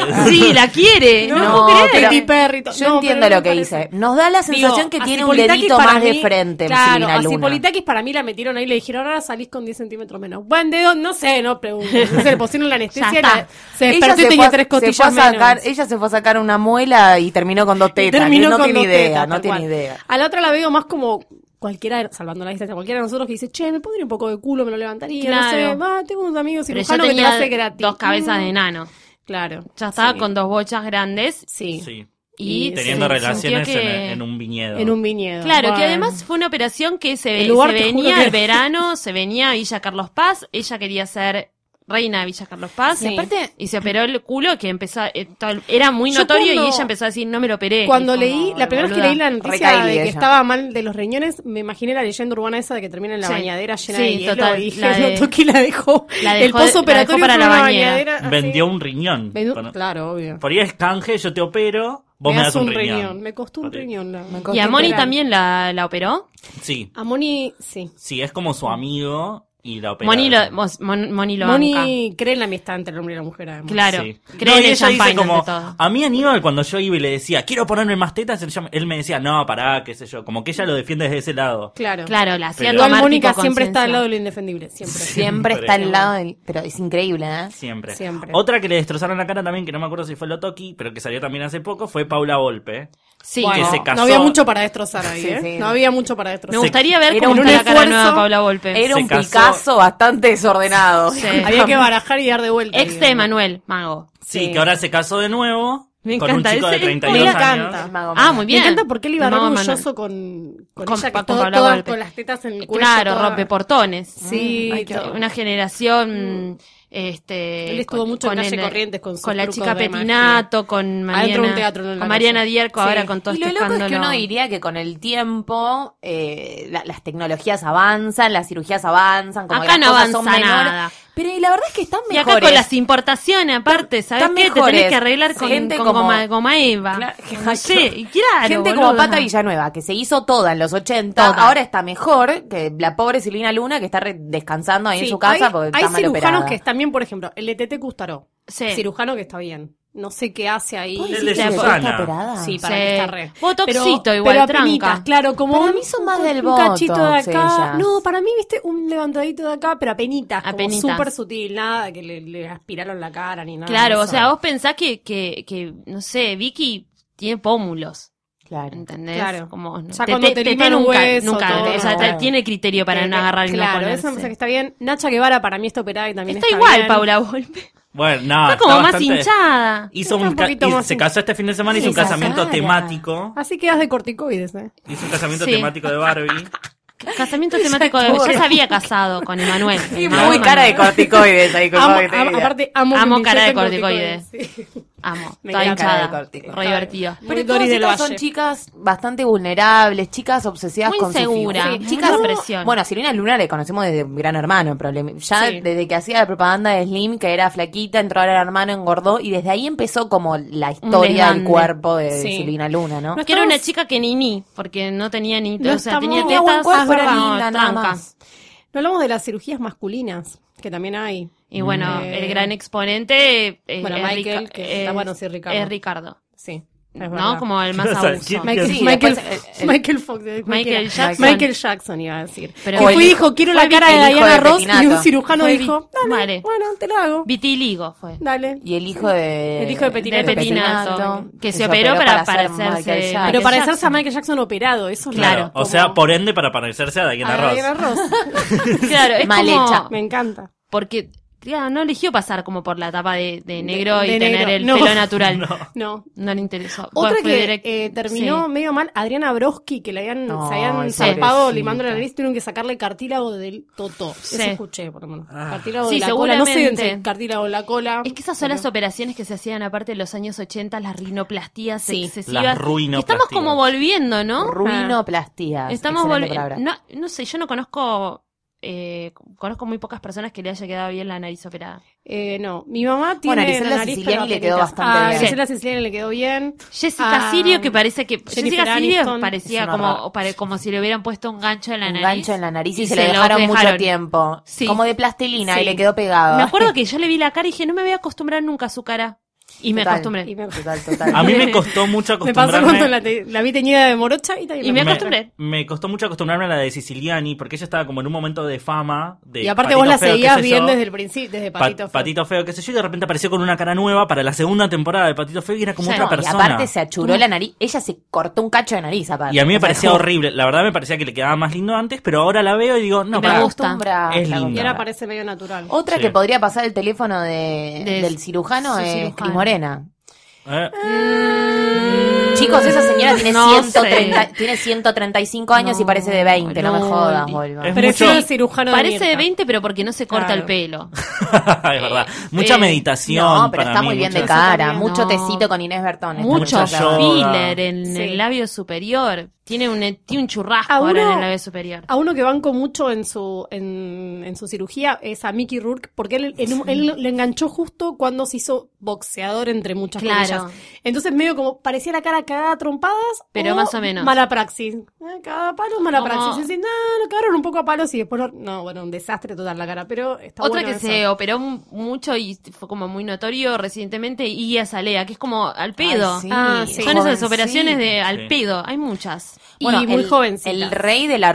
S3: Sí, la quiere.
S5: Ah. No,
S3: No,
S4: No,
S5: pero
S4: pero-
S5: Katy Perry, to-
S4: Yo
S5: no,
S4: entiendo
S5: pero no
S4: lo que
S5: me
S4: dice.
S5: parece.
S4: Nos da la sensación
S5: Digo,
S4: que
S5: a
S4: tiene un
S5: Cipolitakis
S4: dedito
S5: para
S4: más de
S5: mí-
S4: frente,
S5: Claro,
S4: Silvina
S5: a
S4: Luna.
S5: Cipolitakis para mí la metieron ahí y le dijeron, ahora salís con 10 centímetros menos. Buen dedo, no sé, no pregunto. Se le pusieron la anestesia,
S3: Ya
S5: y la-
S3: está.
S5: se
S4: Ella
S5: despertó y
S4: se
S5: tenía
S4: fue a-
S5: tres
S4: se fue a
S5: costillas menos.
S4: sacar- Ella se fue a sacar una muela y terminó con dos
S5: Y
S4: tetas.
S5: terminó
S4: no
S5: con
S4: tiene
S5: dos
S4: idea,
S5: tetas,
S4: no
S5: tal
S4: tiene
S5: cual.
S4: idea.
S5: A la otra la veo más como cualquiera, salvando la distancia, cualquiera de nosotros que dice, che, me pondría un poco de culo, me lo levantaría, no sé,
S3: Claro.
S5: va, tengo un amigo
S3: pero ya
S5: cirujano que te lo
S3: tenía
S5: hace gratis.
S3: dos cabezas de
S5: Mm,
S3: enano.
S5: Claro.
S3: Ya estaba
S5: Sí.
S3: con dos bochas grandes
S5: Sí.
S6: Sí.
S3: y
S5: Sí,
S6: Teniendo
S5: sí,
S6: relaciones
S3: sintió
S6: en,
S3: que-
S6: en un viñedo.
S5: En un viñedo.
S3: Claro, que
S5: Bueno.
S3: además fue una operación que se,
S5: El lugar,
S3: se
S5: te juro
S3: venía
S5: que-
S3: al verano, se venía a Villa Carlos Paz, ella quería ser reina de Villa Carlos Paz
S5: Sí.
S3: y aparte y se operó el culo que empezó a- eh, tal- era muy
S5: Yo
S3: notorio
S5: cuando-
S3: y ella empezó a decir no me lo operé
S5: Cuando
S3: Y como,
S5: leí, la primera vez que
S3: boluda.
S5: leí la noticia
S4: Recaí
S5: de que
S4: ella.
S5: estaba mal de los riñones, me imaginé la leyenda urbana esa de que termina en la
S3: Sí.
S5: bañadera llena
S3: Sí,
S5: de hielo
S3: total,
S5: y dije,
S3: la de-
S5: no, Toki la
S3: la dejó-
S5: dejó, el
S3: la dejó
S5: posoperatorio
S3: para
S5: fue
S3: la
S5: una
S3: bañera.
S5: bañadera así.
S6: Ah, Vendió un riñón.
S5: Vendió-
S6: Bueno,
S5: Claro, obvio.
S6: Por ahí es canje, yo te opero, vos me, das un riñón.
S5: Me costó un
S6: Por ahí.
S5: riñón. la-
S4: Me
S3: y
S4: costó
S3: a Moni
S4: enterar.
S3: también la, la operó
S6: Sí,
S5: A Moni, sí.
S6: sí, es como su amigo y la opera.
S3: Moni lo, mos- Mon- Moni lo banca.
S5: Moni cree en la amistad entre el hombre y la mujer. además.
S3: Claro,
S6: Sí.
S3: cree
S6: No,
S3: en
S6: y
S3: el
S6: ella dice
S3: champagne ante
S6: como,
S3: todo.
S6: a mí Aníbal cuando yo iba y le decía, quiero ponerme más tetas, él, ya- él me decía, no, pará, qué sé yo, como que ella lo defiende desde ese lado.
S5: Claro.
S3: Claro, la hacía
S6: Pero-
S5: Igual
S3: tomar
S5: Mónica
S3: tipo
S5: siempre está
S3: conciencia.
S5: al lado de lo indefendible. Siempre.
S4: Siempre
S6: Siempre.
S4: está al lado del. Pero es increíble, ¿eh?
S6: Siempre.
S5: Siempre.
S6: Otra que le destrozaron la cara también, que no me acuerdo si fue Lotoki, pero que salió también hace poco, fue Paula Volpe.
S3: Sí,
S5: Bueno,
S6: que se casó.
S5: No había mucho para destrozar ahí,
S4: Sí,
S5: ¿eh?
S4: sí.
S5: No había mucho para
S3: me
S5: destrozar.
S3: gustaría ver
S4: Era
S3: cómo
S4: un
S3: está la cara
S5: esfuerzo.
S3: nueva de Paula Volpe.
S4: Era
S6: Se
S4: un
S6: casó-
S4: Picasso bastante desordenado.
S3: Sí.
S5: Había que barajar y dar de vuelta.
S3: Ex de Manuel Mago.
S6: Sí,
S5: Sí.
S6: que ahora se casó de nuevo
S3: Me
S6: con
S3: encanta
S6: un chico de
S3: ese-
S6: 32
S5: Me
S6: años.
S5: encanta.
S3: Ah, muy
S5: Me
S3: bien.
S5: encanta porque él iba re
S3: Mago
S5: orgulloso con, con,
S3: Con-
S5: ella, que
S3: con
S5: todo-
S3: Paola
S5: todas
S3: Volpe.
S5: con las tetas en el cuello.
S3: Claro,
S5: toda-
S3: rompe portones.
S5: Sí,
S4: Mm, ay, qué
S5: todo. Mm.
S3: una generación este
S5: Él estuvo mucho en Calle Corrientes con sus
S3: con la
S5: trucos
S3: chica
S5: de
S3: Petinato con
S5: Adentro de
S3: Mariana
S5: un teatro, no en la
S3: con Mariana
S5: calle.
S3: Dierco
S5: Sí.
S3: ahora con todo
S4: Y lo
S3: este
S4: loco es que
S3: escándalo.
S4: uno diría que con el tiempo eh, la- las tecnologías avanzan, las cirugías avanzan, como que
S3: acá
S4: las
S3: no
S4: cosas son
S3: avanza
S4: menores.
S3: nada
S4: Pero y la verdad es que están
S3: Y
S4: mejores.
S3: acá con las importaciones, aparte, ¿sabes
S4: Están
S3: qué? Te
S4: mejores.
S3: tenés que arreglar con,
S4: Gente
S3: con
S4: como-
S3: goma, goma Eva.
S4: Claro,
S3: No sé, y claro,
S4: Gente
S3: boludo.
S4: como Pata Villanueva, que se hizo toda en los 80,
S3: Toda.
S4: ahora está mejor que la pobre Silvina Luna, que está re- descansando ahí en
S5: Sí,
S4: su casa
S5: hay,
S4: porque
S5: hay
S4: está mal
S5: cirujanos
S4: operada.
S5: que están bien, por ejemplo, el E de Tete Custaró.
S3: Sí.
S5: Cirujano que está bien. No sé qué hace ahí.
S4: ¿Vos decís
S6: El de
S4: que
S6: Susana.
S4: está operada?
S5: Sí, para
S3: Sí.
S5: mí está re.
S3: Botoxito
S5: Pero-
S3: igual,
S5: pero a
S3: tranca.
S5: penitas, claro, como
S4: Para
S5: un,
S4: mí son
S5: un-
S4: más del
S5: un cachito de
S4: botox
S5: acá.
S4: ellas.
S5: No, para mí, viste, un levantadito de acá, pero a penitas,
S3: A
S5: como
S3: penitas.
S5: súper sutil, nada que le, le aspiraron la cara ni nada.
S3: Claro,
S5: de
S3: o
S5: eso.
S3: sea, vos pensás que, que, que, no sé, Vicky tiene pómulos.
S4: Claro.
S3: ¿Entendés?
S5: Claro.
S3: Como, no-
S5: Ya cuando te liman un
S3: nunca,
S5: hueso,
S3: nunca,
S5: todo,
S3: o sea, te-
S4: claro.
S3: tiene criterio para
S5: Eh,
S3: no agarrar y no
S5: Claro,
S3: ponerse.
S5: eso me parece que está bien. Nacha Guevara para mí está operada y también
S3: está,
S5: está,
S3: igual,
S5: bien.
S3: Paula Volpe.
S6: Bueno, no.
S3: está como más
S6: Ah, bastante-
S3: hinchada.
S6: Hizo
S5: Está
S6: un
S5: un
S6: ca-
S5: poquito
S6: hizo-
S5: más
S6: se
S5: hinch-
S6: casó este fin de semana, hizo un
S4: Esa
S6: casamiento
S4: cara.
S6: temático.
S5: Así quedas de corticoides, ¿eh?
S6: Hizo un casamiento
S3: Sí.
S6: temático de Barbie.
S3: Casamiento temático de... Ya se había casado con Emanuel. Emanuel
S4: Muy
S3: Manuel.
S4: cara de corticoides ahí con
S5: Amo-
S4: todo que te
S5: a-
S4: diga.
S5: aparte, amo, que
S3: Amo
S5: me
S3: cara de
S5: inyecten
S3: corticoides.
S5: Sí.
S3: Amo,
S5: Me
S3: toda
S5: encanta.
S3: hinchada.
S4: Cara de
S3: Re
S4: corte.
S3: divertido.
S5: Muy
S4: Pero todas
S5: Doris del
S4: estas son
S5: Valle.
S4: chicas bastante vulnerables, chicas obsesivadas
S3: Muy
S4: con su
S3: inseguras,
S4: figura.
S3: muy
S4: chicas
S3: depresión.
S4: Bueno, a Silvina Luna le conocemos desde Gran Hermano, problema. Ya
S5: Sí.
S4: desde que hacía la propaganda de Slim, que era flaquita, entró a Gran Hermano, engordó, y desde ahí empezó como la historia del
S3: desbande.
S4: cuerpo de
S5: Sí.
S4: Silvina Luna, ¿no?
S3: Que era una chica que ni ni, porque no tenía ni...
S5: No
S3: o sea,
S5: estamos-
S3: tenía
S5: tenía
S4: buen
S3: tetas, ah,
S4: cuerpo, era
S3: no,
S4: linda, nada
S3: tranca.
S4: más.
S5: No hablamos de las cirugías masculinas, que también hay.
S3: Y bueno,
S5: Mm.
S3: el gran exponente eh,
S5: Bueno,
S3: es
S5: Michael,
S3: Rica-
S5: que está bueno, sí, Ricardo.
S3: Es Ricardo.
S5: Sí. es
S3: ¿No?
S5: verdad.
S3: Como el más
S6: O sea,
S3: abuso.
S6: ¿quién-
S5: Michael,
S4: Sí,
S5: Michael,
S4: después, el- el-
S5: Michael Fox, eh, cualquiera.
S3: Michael Jackson.
S5: Michael Jackson iba a decir.
S3: Pero-
S5: que
S3: O el
S5: fue
S4: hijo-
S5: hijo, quiero la
S4: fue
S5: cara
S4: el
S5: de
S4: hijo
S5: Diana
S4: de
S5: Ross y un
S4: Petinato.
S5: cirujano
S3: Fue
S5: dijo,
S3: vi-
S5: dale,
S3: Vale.
S5: bueno, te lo hago.
S3: Vitiligo fue.
S5: Dale.
S4: Y el hijo de...
S5: El hijo de Petinato.
S3: De Petinato, que se operó para
S4: parecerse
S3: parecerse-
S5: Pero
S3: Michael
S5: parecerse
S3: Jackson.
S5: a Michael Jackson operado, eso es
S3: Claro.
S5: raro,
S6: O
S5: como-
S6: sea, por ende, para parecerse a Diana
S5: a
S6: Ross.
S5: Diana Ross.
S3: Claro, es
S4: Mal
S3: como-
S4: hecha.
S5: Me encanta.
S3: Porque claro, no eligió pasar como por la tapa de, de negro y
S5: de
S3: tener
S5: negro.
S3: el
S5: No.
S3: pelo natural. No,
S5: No.
S3: le interesó.
S5: Otra
S3: Fue- fue
S5: que
S3: direct-
S5: eh, terminó
S3: Sí.
S5: medio mal, Adriana Broski, que le habían, se
S4: Ay,
S5: habían
S4: pobrecita.
S5: zarpado limando la nariz, tuvieron que sacarle cartílago del totó.
S3: Sí.
S5: Eso escuché, por lo menos. Cartílago
S3: Sí,
S5: de la cola, no sé
S3: seguramente.
S5: si es cartílago de la cola.
S3: Es que esas son las operaciones que se hacían aparte de los años 80, las rinoplastías
S5: Sí.
S3: excesivas.
S6: Las
S3: Que
S6: ruinoplastías.
S3: Estamos como volviendo, ¿no?
S4: Ruinoplastía.
S3: Estamos volviendo.
S4: palabra.
S3: No, no sé, yo no conozco. eh, conozco muy pocas personas que le haya quedado bien la nariz operada.
S5: Eh, no, mi mamá tiene la
S4: Griselda
S5: nariz
S4: Siciliani
S5: pero
S4: le quedó
S5: apenas.
S4: bastante
S5: Ah,
S4: bien.
S5: Griselda Siciliani le quedó bien.
S3: Jessica
S5: Ah,
S3: Sirio, que parece que.
S5: Jennifer
S3: Jessica Sirio
S5: Aniston
S3: parecía
S4: es una
S3: como,
S4: rara.
S3: o pare- como si le hubieran puesto un gancho en la
S4: un
S3: nariz.
S4: gancho en la nariz y, se,
S3: lo
S4: le dejaron, mucho
S3: dejaron.
S4: tiempo.
S3: Sí.
S4: Como de plastilina y
S5: Sí.
S4: le quedó pegado.
S3: Me acuerdo que yo le vi la cara y dije, no me voy a acostumbrar nunca a su cara. Y me
S4: Total.
S3: acostumbré.
S5: Y me,
S4: Total, total.
S6: A mí me costó mucho
S5: me pasó
S6: acostumbrarme.
S5: cuando la, te- la vi teñida de morocha y también
S3: Y me
S5: me
S3: acostumbré.
S6: me costó mucho acostumbrarme a la de Siciliani, porque ella estaba como en un momento de fama. De
S5: Y aparte
S6: Patito
S5: vos la
S6: Feo, qué
S5: seguías
S6: sé
S5: bien
S6: yo,
S5: desde el principio, desde
S6: Pa-
S5: Patito. Feo.
S6: qué sé yo, y de repente apareció con una cara nueva para la segunda temporada de Patito Feo y era como
S3: Sí.
S6: otra
S4: No, y
S6: persona.
S4: aparte se achuró la nariz. Ella se cortó un cacho de nariz, aparte.
S6: Y a mí me
S4: O sea,
S6: parecía
S4: como-
S6: horrible. La verdad me parecía que le quedaba más lindo antes, pero ahora la veo y digo, no,
S3: Y me
S6: pará.
S3: gusta.
S4: acostumbra-
S6: Es
S4: la-
S6: lindo.
S5: Y ahora parece medio natural.
S4: Otra
S6: Sí.
S4: que podría pasar el teléfono de,
S3: De-
S4: del cirujano
S3: su
S4: es
S3: cirujano.
S4: Cris Morena.
S6: Eh,
S4: Chicos, esa señora tiene,
S3: No
S4: 130,
S3: sé.
S4: tiene 135 años y parece de 20. No,
S3: no,
S4: me jodas,
S3: y-
S4: boludo.
S6: es
S5: Prefiero
S6: mucho-
S5: el cirujano de
S3: Parece de
S5: Mirta.
S3: 20, pero porque no se corta
S5: Claro.
S3: el pelo.
S6: es verdad. Mucha
S3: eh,
S6: meditación.
S4: No, pero
S6: para
S4: está
S6: mí,
S4: muy bien de
S6: mucha-
S5: muchas-
S4: cara.
S5: Eso también,
S4: Mucho
S3: no.
S4: tecito con Inés Bertón. está
S3: Mucho
S6: mucho yoga.
S3: filler en
S5: Sí.
S3: el labio superior. Tiene un, eh, tiene un churrasco
S4: Ah,
S5: A
S3: ahora en
S5: uno-
S3: el labio superior.
S5: A uno que banco mucho en su, en, en su cirugía es a Mickey Rourke, porque él, en un- él lo enganchó justo cuando se hizo boxeador, entre
S4: Ah,
S5: muchas
S3: Claro.
S5: comillas. Entonces, medio como parecía la cara cagada a trompadas,
S3: Pero más o menos.
S5: Mala praxis. Eh, Cagada a palos, mala
S3: Como-
S5: praxis. Y así, no, lo cagaron un poco a palos y después, lo- no, bueno, un desastre total la cara, pero está
S3: Otra
S5: bueno
S3: que
S5: eso.
S3: se operó mu- mucho y fue como muy notorio recientemente, Ia Salea, que es como al
S4: Ay,
S3: pedo.
S4: sí,
S5: Ah, sí.
S3: Son esas
S4: jovencita.
S3: operaciones de al
S6: Sí.
S3: pedo, hay muchas.
S5: Y muy
S4: el,
S5: jovencita.
S4: El rey de la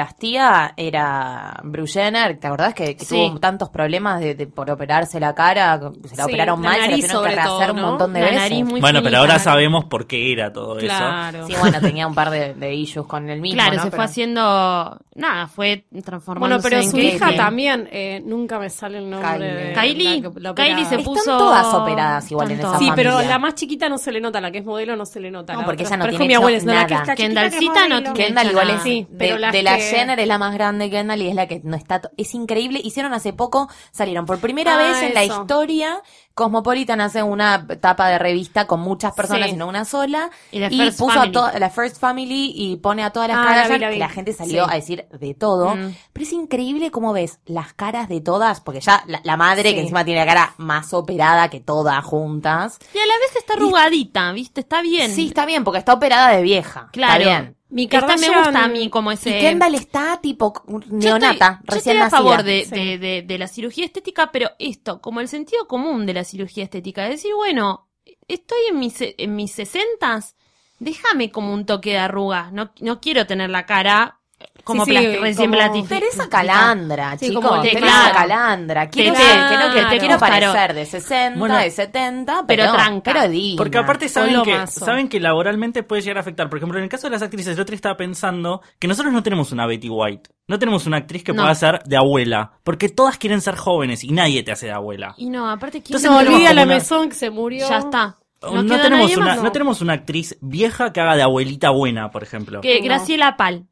S4: ruinoplastía era Bruce Jenner. ¿Te acordás que, que
S3: Sí.
S4: tuvo tantos problemas de, de- por operarse la cara? Se la
S5: Sí,
S4: operaron
S5: la
S4: mal, se la
S5: nariz
S4: tuvieron que
S5: sobre todo,
S4: rehacer un
S5: ¿no?
S4: montón de
S3: La
S4: veces.
S3: nariz muy
S6: Bueno, pero
S3: finita.
S6: ahora sabemos por qué era todo eso.
S5: Claro.
S4: Sí, bueno, tenía un par de, de issues con el mismo.
S3: Claro,
S4: ¿no?
S3: se
S4: Pero-
S3: fue haciendo. Nada, fue transformándose.
S5: Bueno, pero
S3: en
S5: su
S3: Kylie.
S5: hija también, eh, nunca me sale el nombre.
S4: Kylie.
S3: Eh,
S5: de la
S3: Kylie,
S5: que- la
S3: Kylie se
S5: operada.
S3: puso.
S4: todas operadas igual en
S3: Están
S4: esa
S5: Sí,
S3: todas.
S5: pero
S4: familia.
S5: la más chiquita no se le nota, la que es modelo no se le nota.
S4: No,
S5: la
S4: porque
S5: otra-
S4: ella no
S5: pero es
S4: tiene
S5: mi abuela,
S4: hecho
S5: no, la que
S4: nada.
S5: está chiquita, que es
S3: Kendallcita no
S5: modelo.
S3: tiene
S4: Kendall igual es
S5: Ah, Sí, pero
S4: de,
S5: las
S4: de la
S5: que-
S4: Jenner es la más grande Kendall y es la que no está to- es increíble hicieron hace poco salieron por primera
S5: Ah,
S4: vez en la
S5: eso.
S4: historia Cosmopolitan hace una tapa de revista con muchas personas
S3: Sí.
S4: y no una sola.
S3: Y la
S4: y
S3: First
S4: puso
S3: Family.
S4: a toda la First Family y pone a todas las
S5: Ah,
S4: caras.
S5: la
S4: La,
S5: vi, la vi.
S4: gente salió
S5: Sí.
S4: a decir de todo.
S3: Mm.
S4: Pero es increíble cómo ves las caras de todas, porque ya la, la madre,
S5: Sí.
S4: que encima tiene la cara más operada que todas juntas.
S3: Y a la vez está arrugadita, ¿viste? Está bien.
S4: Sí, está bien, porque está operada de vieja.
S3: claro.
S4: Está bien.
S5: Mi
S3: Esta me
S5: Kardashian-
S3: gusta a mí como
S4: Y
S3: ese.
S4: Kendall está tipo
S3: Yo estoy-
S4: neonata,
S3: yo estoy
S4: recién
S3: a
S4: nacida.
S3: favor de,
S5: Sí.
S3: de- de- de la cirugía estética, pero esto, como el sentido común de la cirugía estética, es decir, bueno, estoy en mis, se- en mis sesentas, déjame como un toque de arrugas, no, no quiero tener la cara como
S5: Sí, sí,
S3: plas- recién
S5: como-
S6: Oh,
S3: plastificada.
S4: Teresa Calandra,
S5: Sí,
S4: chicos,
S5: como-
S4: Teresa
S3: claro.
S4: Calandra. Quiero,
S3: Te-
S4: ser- quiero que-
S3: claro.
S4: quiero
S3: Claro.
S4: parecer de 60,
S6: Bueno,
S4: de 70,
S3: pero
S4: pero,
S3: tranca.
S4: pero digna.
S6: Porque aparte saben que,
S5: Polomazo.
S6: saben que laboralmente puede llegar a afectar. Por ejemplo, en el caso de las actrices, el otro día estaba pensando que nosotros no tenemos una Betty White. No tenemos una actriz que
S3: No.
S6: pueda ser de abuela. Porque todas quieren ser jóvenes y nadie te hace de abuela.
S3: Y no, aparte, ¿quién
S6: Entonces
S5: No,
S6: no tenemos
S5: olvida
S6: como
S5: la
S6: una-
S5: mesón que se murió.
S3: ya está. No,
S6: No,
S3: queda
S6: tenemos
S3: nadie
S6: una,
S3: más.
S6: no. tenemos una actriz vieja que haga de abuelita buena, por ejemplo.
S3: Que
S5: No.
S3: Graciela Pal,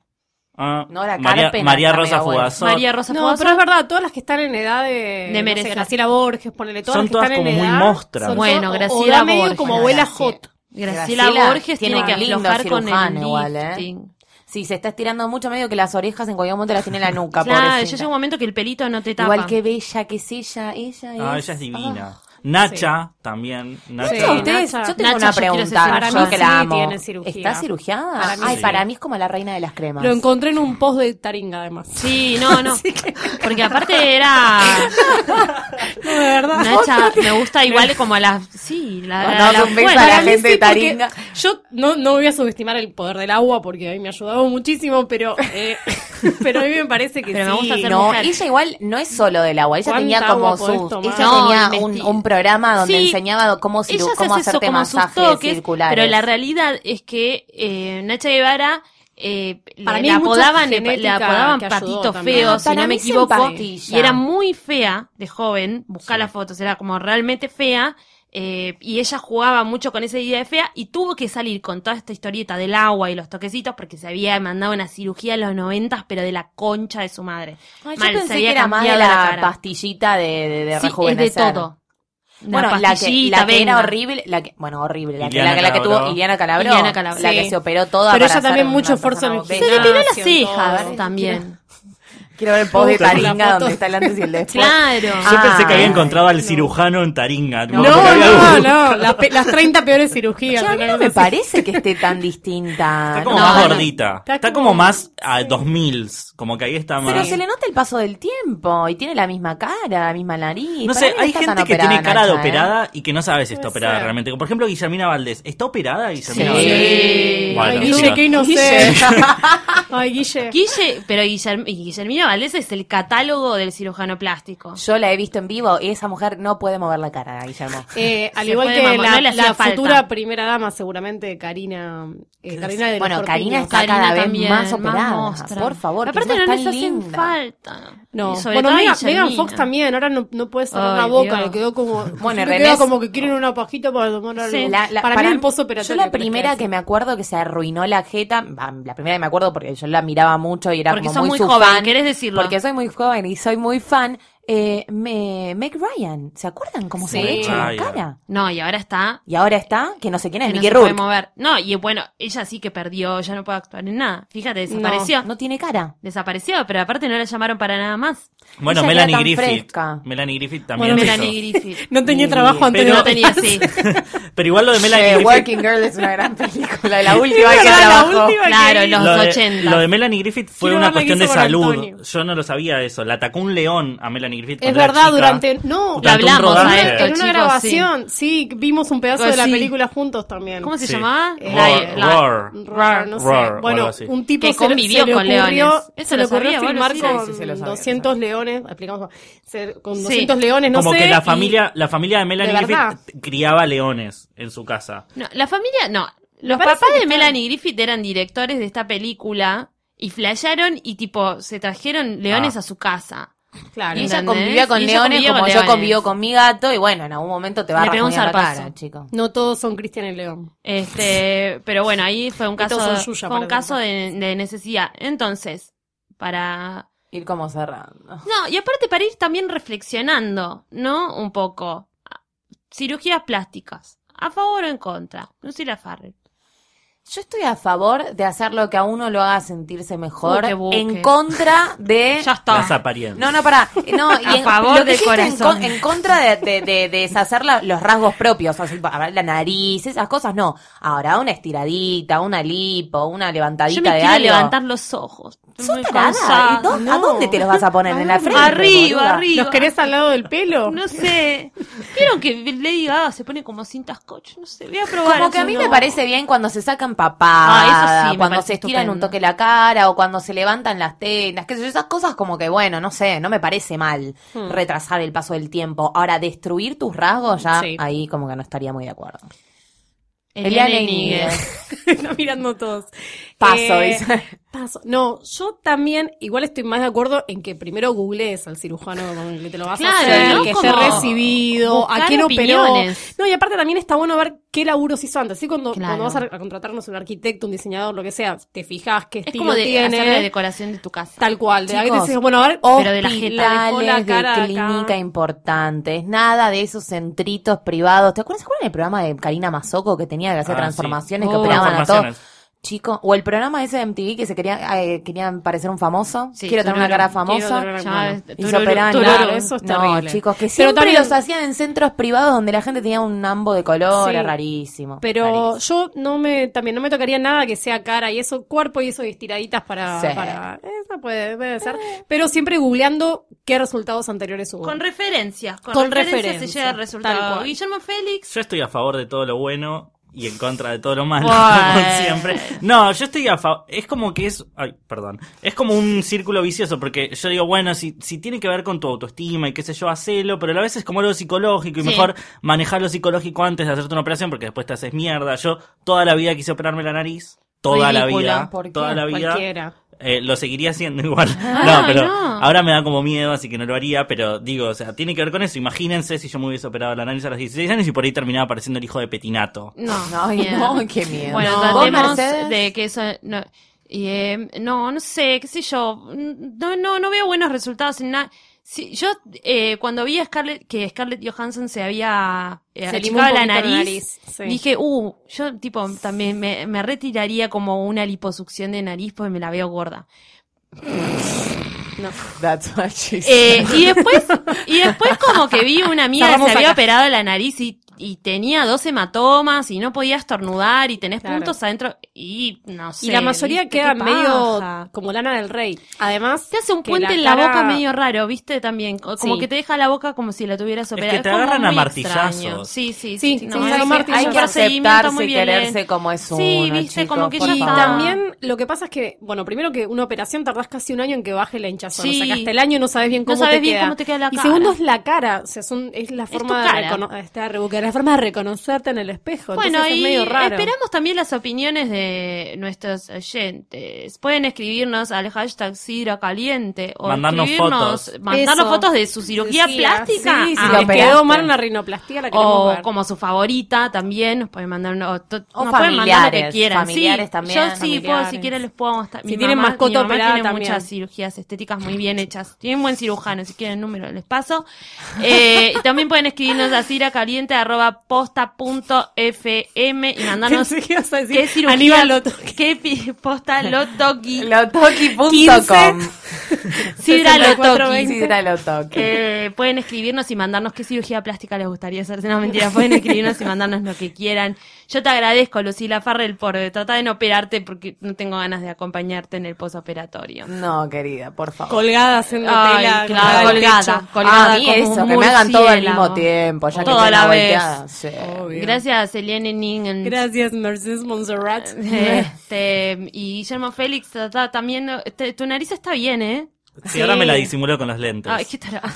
S6: Ah,
S4: Nora
S6: María,
S4: Carpena,
S6: María
S4: la
S6: Rosa
S4: media abuela.
S6: Fugazot.
S3: María Rosa
S5: No,
S3: Fogoso.
S5: pero es verdad, todas las que están en edad de.
S3: De merecer.
S5: No sé, Graciela Borges, ponele todas
S6: Son
S5: las que
S6: todas
S5: están en
S6: como muy
S5: edad.
S6: mostras.
S5: son
S3: Bueno,
S5: todas- o-
S3: Graciela
S5: o da medio
S3: Borges,
S5: como abuela
S4: Graciela.
S5: hot.
S3: Graciela,
S4: Graciela
S3: Borges
S4: tiene
S3: tiene, que
S4: un lindo
S3: aflojar con el
S4: cirujano igual, ¿eh?
S3: lifting.
S4: Sí, se está estirando mucho, medio que las orejas en cualquier momento las tiene en la nuca,
S3: Claro,
S4: pobrecita.
S3: yo llega un momento que el pelito no te tapa.
S4: Igual que bella que es ella, ella es...
S6: Ah, ella es divina. Nacha también. Nacha.
S5: Sí,
S4: Chicos, ustedes,
S5: Nacha-
S4: yo tengo
S3: Nacha,
S4: una
S3: yo quiero ser
S4: pregunta, yo
S5: cirujana. Para mí
S4: que
S5: sí
S4: la amo.
S5: tiene cirugía.
S4: ¿Está cirugiada?
S5: Para mí
S4: Ay,
S6: sí.
S4: para mí es como la reina de las cremas.
S5: Lo encontré en un post de Taringa, además.
S3: Sí, no, no. Porque aparte era.
S5: No, de verdad.
S3: Nacha, me gusta igual como a las. Sí, la, la,
S4: Mandamos
S3: la
S4: un beso
S3: fuerza.
S4: a la
S5: Para mí
S4: gente
S5: sí,
S4: de Taringa.
S5: porque Yo no, no voy a subestimar el poder del agua porque a mí me ha ayudado muchísimo, pero, eh, pero a mí me parece que
S3: Pero me
S5: sí.
S3: gusta hacer
S4: no,
S3: mujer.
S4: ella igual no es solo del agua, ella
S5: ¿Cuánta
S4: tenía como
S5: agua podés
S4: sus,
S5: tomar?
S4: ella
S3: No,
S4: tenía un,
S3: investi-
S4: un programa donde
S3: Sí.
S4: enseñaba cómo, ciru-
S3: Ella se
S4: cómo
S3: hace eso
S4: hacerte
S3: como sus
S4: masajes
S3: toques,
S4: circulares.
S3: Pero la realidad es que eh, Nacha Guevara. Eh,
S5: Para
S3: le,
S5: mí
S3: le
S5: hay mucha
S3: apodaban, le,
S5: genética
S3: le apodaban
S5: que ayudó
S3: patito
S5: también.
S3: feo,
S5: Ah,
S3: si
S4: para
S3: no me
S4: mí se
S3: equivoco.
S4: empatilla.
S3: Y era muy fea de joven, buscar
S6: Sí.
S3: las fotos, era como realmente fea. eh, y ella jugaba mucho con esa idea de fea y tuvo que salir con toda esta historieta del agua y los toquecitos porque se había mandado una cirugía en los noventas, pero de la concha de su madre.
S4: Ay, yo
S3: Mal, se
S4: pensé
S3: había
S4: que era más de la,
S3: cambiado la cara.
S4: pastillita de, de, de
S3: Sí, es de
S4: rejuvenecer.
S3: todo. Una
S4: bueno, la que,
S3: pastillita,
S4: la que era
S3: venga.
S4: horrible, la que, bueno, horrible, la que,
S6: Iliana
S4: la que, la que
S6: Calabró.
S4: tuvo Iliana Calabró,
S3: Iliana Calabró.
S4: la
S5: Sí.
S4: que se operó toda
S5: Pero
S4: para
S5: ella también
S4: ser
S5: mucho
S4: una
S5: esfuerzo en el
S4: persona
S3: Se le
S4: obesa.
S3: peló las
S5: Ignacio, en
S3: cejas
S5: todo.
S3: también.
S4: Ah. Quiero ver el post de
S5: Quiero ver la
S4: Taringa
S5: foto.
S4: donde está el antes y el después.
S3: Claro.
S6: Yo pensé que había
S4: Ah.
S6: encontrado al cirujano en Taringa.
S5: No,
S6: tipo, como que había-
S5: no, no. Las, pe- las 30 peores cirugías.
S4: Che, a mí
S5: una
S4: no me
S5: cosa así.
S4: parece que esté tan distinta.
S6: Está como
S3: No,
S6: más
S3: no.
S6: gordita.
S5: Está
S6: Está,
S5: como-
S6: como, más a 2000 como que ahí está más.
S4: Pero se le nota el paso del tiempo y tiene la misma cara, la misma nariz.
S6: No
S4: Para
S6: sé,
S4: mí
S6: hay
S4: está tan
S6: gente que
S4: operada,
S6: tiene cara de
S4: Nacha, ¿eh?
S6: operada y que no sabe si está
S5: Puede
S6: operada
S5: ser.
S6: realmente. Por ejemplo, Guillermina Valdés. ¿Está operada Guillermina
S4: Sí.
S6: Valdés?
S5: Ay,
S6: Bueno,
S5: Guille,
S6: chicos.
S5: qué inocente. Ay, Guille.
S3: Guille, pero Guillerm- Guillermina Valdés es el catálogo del cirujano plástico.
S4: Yo la he visto en vivo y esa mujer no puede mover la cara, Guillermo.
S5: Eh, al
S3: Se
S5: igual
S3: fue
S5: que
S3: de mamá,
S5: la,
S3: no le hacía
S5: la
S3: falta.
S5: futura primera dama, seguramente Karina, eh, Karina de los
S4: Bueno, Karina
S5: Corpiños.
S4: está
S3: Karina
S4: cada vez
S3: también,
S4: más operada.
S3: mostra.
S4: por favor, que
S3: Aparte
S4: encima
S3: no
S4: es
S3: les
S4: tan
S3: hacen
S4: linda.
S3: falta.
S5: No,
S3: Y sobre
S5: bueno,
S3: todo a
S5: Megan,
S3: Guillermina.
S5: Megan Fox también, ahora no, no puede cerrar
S3: Ay,
S5: la boca,
S3: Dios.
S5: le quedó como.
S4: Bueno,
S5: le
S4: René
S5: queda
S4: es-
S5: como que quieren una pajita para tomar algo.
S3: Sí.
S4: La- la-
S5: para, mí el pozo
S4: Yo la primera que me acuerdo que se arruinó la jeta, bah, la primera que me acuerdo porque yo la miraba mucho y era
S3: Porque
S4: como
S3: sos
S4: muy,
S3: muy
S4: su
S3: joven,
S4: fan,
S3: ¿querés decirlo?
S4: Porque soy muy joven y soy muy fan. Eh, me, Meg Ryan, ¿se acuerdan cómo se
S5: Sí.
S4: le hecho la
S6: Ryan.
S4: cara?
S3: No, y ahora está
S4: Y ahora está, que no sé quién es,
S3: que no
S4: Mickey
S3: se puede
S4: Rourke.
S3: mover. No, y bueno, ella sí que perdió, ya no puede actuar en nada. Fíjate, desapareció.
S4: No tiene cara.
S3: Desapareció, pero aparte no la llamaron para nada más.
S6: Bueno,
S4: Ella
S6: Melanie
S4: queda tan
S6: Griffith.
S4: fresca.
S6: Melanie Griffith también.
S5: Bueno,
S6: es
S3: Melanie
S6: eso.
S3: Griffith.
S5: No tenía trabajo antes
S6: Pero-
S3: No
S5: de
S3: tenía, sí.
S6: Pero igual lo de Melanie
S4: Che,
S6: Griffith.
S4: Working eh, Girl es una gran película, la última
S5: Es
S4: que
S5: verdad, la
S4: trabajó.
S5: última que
S3: Claro,
S5: vi.
S3: los
S6: lo de-
S3: 80.
S6: lo de Melanie Griffith fue
S5: Quiero
S6: una
S5: ver la que
S6: cuestión de
S5: hizo con
S6: salud.
S5: Antonio.
S6: Yo no lo sabía eso. La atacó un león a Melanie Griffith.
S5: Es
S6: cuando era
S5: verdad,
S6: chica.
S5: durante. No,
S3: La
S6: Durante un
S3: hablamos a
S6: rodaje.
S3: esto,
S5: en una
S3: chicos,
S5: grabación, sí. vimos un pedazo
S3: Pues
S5: de la
S3: sí.
S5: película juntos también.
S3: ¿Cómo se
S6: Sí.
S3: llamaba?
S5: Eh,
S6: Roar, Roar.
S5: Roar, no sé.
S6: Roar, o
S5: bueno,
S6: algo así.
S5: un tipo
S3: Que
S5: se, le-
S3: convivió
S5: se le
S3: con
S5: ocurrió,
S3: leones. Eso
S5: Se le
S3: lo
S5: ocurrió
S3: sabía, vos lo
S5: filmar
S3: sabías.
S5: con
S4: Sí, sí, sí, lo sabía,
S5: 200 leones, explicamos, se- con
S3: Sí.
S5: 200 leones, no
S6: Como
S5: sé.
S6: que la
S5: y-
S6: familia, la familia de Melanie
S5: De verdad.
S6: Griffith criaba leones en su casa.
S3: No, la familia, no. Los
S5: parece
S3: papás
S5: que
S3: de
S5: está-
S3: Melanie Griffith eran directores de esta película y flashearon y tipo se trajeron leones
S6: Ah.
S3: a su casa.
S5: Claro.
S4: Y ella
S3: ¿Entendés?
S4: convivía con
S3: Y ella
S4: leones
S3: convivía
S4: como
S3: con
S4: yo
S3: leones.
S4: convivo con mi gato y bueno, en algún momento te va a
S3: Le pegó un
S4: rasguñar la
S3: zarpazo.
S4: cara, chico.
S5: No todos son Cristian y León.
S3: Este, pero bueno, ahí fue un
S5: todos
S3: caso,
S5: son Yuya
S3: fue un
S5: para
S3: caso de, de necesidad. Entonces, para
S4: Ir como cerrando.
S3: no y aparte para ir también reflexionando, ¿no? Un poco. cirugías plásticas. ¿A favor o en contra? Lucila Farrell.
S4: Yo estoy a favor de hacer lo que a uno lo haga sentirse mejor.
S3: Uh, qué buque.
S4: en contra de.
S3: Ya está.
S6: Las apariencias.
S4: No, no, pará. No, y
S3: A
S4: en,
S3: favor
S4: lo que
S3: del
S4: sí estoy en
S3: corazón.
S4: con- En, contra de, de- de- de deshacer la- los rasgos propios, así, pa- la nariz, esas cosas, no. Ahora, una estiradita, una lipo, una levantadita
S3: Yo me
S4: de
S3: quiero
S4: algo.
S3: levantar los ojos. Estoy
S4: ¿Sos
S3: muy
S4: tarada?
S3: cansada.
S4: ¿Y dó- ¿A dónde te los vas a poner? ¿En la frente?
S3: Arriba,
S4: boluda?
S3: arriba.
S5: ¿Los querés al lado del pelo?
S3: ah. No sé. Vieron que Lady Gaga se pone como cintas coach. No sé. Voy a probar.
S4: Como que a
S3: eso,
S4: mí
S3: no.
S4: me parece bien cuando se sacan
S3: Ah,
S4: papadas,
S3: eso sí, me
S4: cuando
S3: parece
S4: se estiran
S3: estupendo.
S4: un toque la cara o cuando se levantan las telas, qué sé yo, esas cosas como que bueno, no sé, no me parece mal
S3: Hmm.
S4: retrasar el paso del tiempo. Ahora, destruir tus rasgos ya
S5: Sí.
S4: ahí como que no estaría muy de acuerdo.
S3: Eliane
S4: Eliane
S3: Iñiguez.
S4: Iñiguez.
S5: Está mirando todos.
S4: Paso,
S5: Eh,
S4: dice.
S5: Paso. No, yo también, igual estoy más de acuerdo en que primero googlees al cirujano con el que te lo vas
S3: Claro,
S5: a hacer,
S3: ¿no?
S5: que
S3: Como
S5: esté recibido, a
S3: buscar
S5: quién
S3: opiniones.
S5: operó. No, y aparte también está bueno ver qué laburo se hizo antes. Así cuando,
S3: Claro.
S5: cuando vas a, a contratarnos un arquitecto, un diseñador, lo que sea, te fijas qué
S3: Es
S5: estilo
S3: como de
S5: tiene.
S3: hacer la decoración de tu casa.
S5: Tal cual, de ahí
S4: Chicos,
S5: decís, bueno, a ver,
S3: pero de la jeta,
S5: dejó la
S4: Hospitales de
S5: cara acá.
S4: clínica importantes, nada de esos centritos privados. ¿Te acuerdas, ¿se acuerdan del programa de Karina Mazoco que tenía que hacer
S6: Ah,
S4: transformaciones
S3: sí.
S4: que
S3: Oh.
S4: operaban a todos?
S6: Transformaciones.
S4: Chico, o el programa ese de MTV que se quería, eh, querían parecer un famoso.
S3: Sí,
S4: quiero tener una
S3: tururú,
S4: cara
S5: quiero
S4: famosa.
S5: tener una-
S3: Ya,
S4: Y
S5: Bueno,
S4: se
S3: tururú,
S4: operaban,
S5: tururú,
S4: claro.
S5: eso es
S4: No,
S5: terrible.
S4: chicos, que
S5: Pero
S4: siempre
S5: también-
S4: los hacían en centros privados donde la gente tenía un ambo de color,
S5: Sí.
S4: es rarísimo.
S5: Pero
S4: rarísimo.
S5: yo no me, también no me tocaría nada que sea cara y eso, cuerpo y eso, y estiraditas para,
S4: Sí.
S5: para- eso puede, puede ser. Pero siempre googleando qué resultados anteriores hubo.
S3: Con referencias. Con,
S5: Con
S3: referencias
S5: referencias,
S3: se llega al
S5: tal
S3: resultado.
S5: cual.
S3: Guillermo Félix.
S6: Yo estoy a favor de todo lo bueno y en contra de todo lo malo,
S3: Bueno.
S6: como siempre. No, yo estoy a favor. Es como que es. Ay, perdón. Es como un círculo vicioso, porque yo digo, bueno, si, si tiene que ver con tu autoestima y qué sé yo, hacelo, pero a la vez es como algo psicológico y
S3: Sí.
S6: mejor manejar lo psicológico antes de hacerte una operación, porque después te haces mierda. Yo toda la vida quise operarme la nariz. Toda
S4: Ridícula,
S6: la vida.
S4: ¿por qué?
S6: Toda la vida.
S5: Cualquiera.
S6: Eh, lo seguiría haciendo igual.
S3: Ah,
S6: no, pero
S3: no.
S6: ahora me da como miedo, así que no lo haría. Pero digo, o sea, tiene que ver con eso. Imagínense si yo me hubiese operado la nariz a los 16 años y por ahí terminaba pareciendo el hijo de Petinato.
S3: No,
S4: Ay,
S3: miedo.
S4: no, qué miedo.
S3: Bueno,
S5: No.
S4: ¿Vos,
S3: tratemos
S4: Mercedes?
S3: de que eso no, y, eh, no, no sé, qué sé yo, no, no, no veo buenos resultados en nada. Sí, yo eh, cuando vi a Scarlett, que Scarlett Johansson se había eh,
S5: Se limó
S3: achicado
S5: un
S3: la
S5: poquito
S3: nariz,
S5: la nariz, sí.
S3: dije, uh, yo tipo también me, me retiraría como una liposucción de nariz porque me la veo gorda.
S4: That's what she said.
S3: Eh, y después, y después como que vi una amiga que
S5: Cerramos
S3: se había
S5: acá.
S3: operado la nariz y, y tenía dos hematomas y no podía estornudar y tenés
S5: Claro.
S3: puntos adentro y no sé.
S5: Y la mayoría
S3: ¿viste?
S5: queda
S3: Qué
S5: medio
S3: paja.
S5: como lana del rey. Además,
S3: Te hace un
S5: que
S3: puente
S5: la
S3: en la
S5: cara-
S3: boca medio raro, ¿viste? También, co- como
S5: Sí.
S3: que te deja la boca como si la tuvieras operada.
S6: te
S3: Es como
S6: agarran a
S3: muy
S6: martillazos.
S3: extraño. Sí, sí,
S5: Sí,
S3: sí.
S5: sí,
S3: no,
S5: sí,
S3: es-
S5: son
S4: Hay
S5: martillazos.
S3: un
S4: que
S3: procedimiento
S4: aceptarse
S3: muy
S4: y
S3: bien
S4: quererse como es
S3: Sí,
S4: uno,
S3: viste,
S4: chicos,
S3: como que
S4: por
S3: ya
S5: Y
S3: está.
S4: favor.
S3: Ah.
S5: también lo que pasa es que, bueno, primero que una operación tardás casi un año en que baje la hinchazón.
S3: Sí.
S5: O sea, que hasta el año no sabes bien
S3: No
S5: cómo,
S3: sabes
S5: te,
S3: bien
S5: queda.
S3: cómo te queda la
S5: Y
S3: cara.
S5: segundo es la cara. O sea, son- es la forma
S3: tu
S5: de
S3: cara.
S5: recono- está rebuque- la forma de reconocerte en el espejo.
S3: Bueno,
S5: Entonces
S3: y
S5: es medio raro.
S3: esperamos también las opiniones de nuestros oyentes. Pueden escribirnos al hashtag Sidra Caliente o
S6: Mandarnos
S3: escribirnos,
S6: fotos.
S3: mandarnos
S5: Eso.
S3: fotos de su cirugía
S5: Sí,
S3: plástica.
S5: Sí, si
S3: Ah,
S5: les
S4: operaste.
S5: quedó mal una rinoplastia, la queremos
S3: o
S5: ver.
S3: como su favorita también nos pueden mandar una- o, to-
S4: O
S3: nos pueden mandar lo que
S4: familiares,
S3: quieran sí.
S4: familiares también,
S3: yo sí puedo
S5: familiares.
S3: si quieren les puedo mostrar
S5: Si
S3: mi
S5: tienen
S3: mamá,
S5: mascota
S3: mi mamá
S5: operada
S3: tiene
S5: también.
S3: muchas cirugías estéticas muy bien hechas tiene un buen cirujano si quieren el número les paso eh, y también pueden escribirnos a siracaliente@posta.fm y mandarnos
S5: Pensé que ibas a decir,
S3: qué cirugía
S5: Aníbal Loto.
S3: qué pi- posta lotoqui
S4: Lotoki.com.
S3: sidra
S5: 6420.
S3: lotoqui
S4: Sidra Lotoki.
S3: eh, pueden escribirnos y mandarnos qué cirugía plástica les gustaría hacerse. No, mentira, pueden escribirnos y mandarnos lo que quieran. Yo te agradezco, Lucila Farrell, por eh, tratar de no operarte porque no tengo ganas de acompañarte en el posoperatorio.
S4: No, querida, por favor.
S5: Colgada haciendo
S3: Ay,
S5: tela.
S3: claro,
S5: colgada al
S3: colgada.
S5: techo.
S3: colgada
S4: a mí
S3: como
S4: Ah, eso,
S3: un
S4: que me hagan todo al
S3: murciélago.
S4: mismo tiempo, ya que
S3: Toda
S4: estén
S3: la vez.
S4: volteada, sí.
S5: Obvio.
S3: Eh, Gracias, Eliane Ningen.
S5: Gracias, Mercedes Montserrat.
S3: Este, y Guillermo Félix, ta- ta- también, eh, te- tu nariz está bien, ¿eh?
S6: Si ahora me la disimulo con los lentes.
S3: Ay, qué tarado.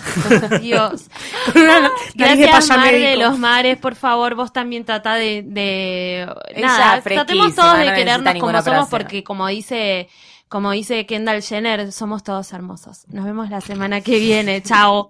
S3: Dios.
S5: Nariz de
S3: Gracias,
S5: paya
S3: Mar de
S5: médico.
S3: los Mares, por favor, vos también trata de... de-
S4: Ella
S3: nada,
S4: fresquísima,
S3: tratemos todos de
S4: no necesita
S3: querernos como
S4: ninguna
S3: somos,
S4: operación.
S3: porque como dice, como dice Kendall Jenner, somos todos hermosos. Nos vemos la semana que viene. Chao.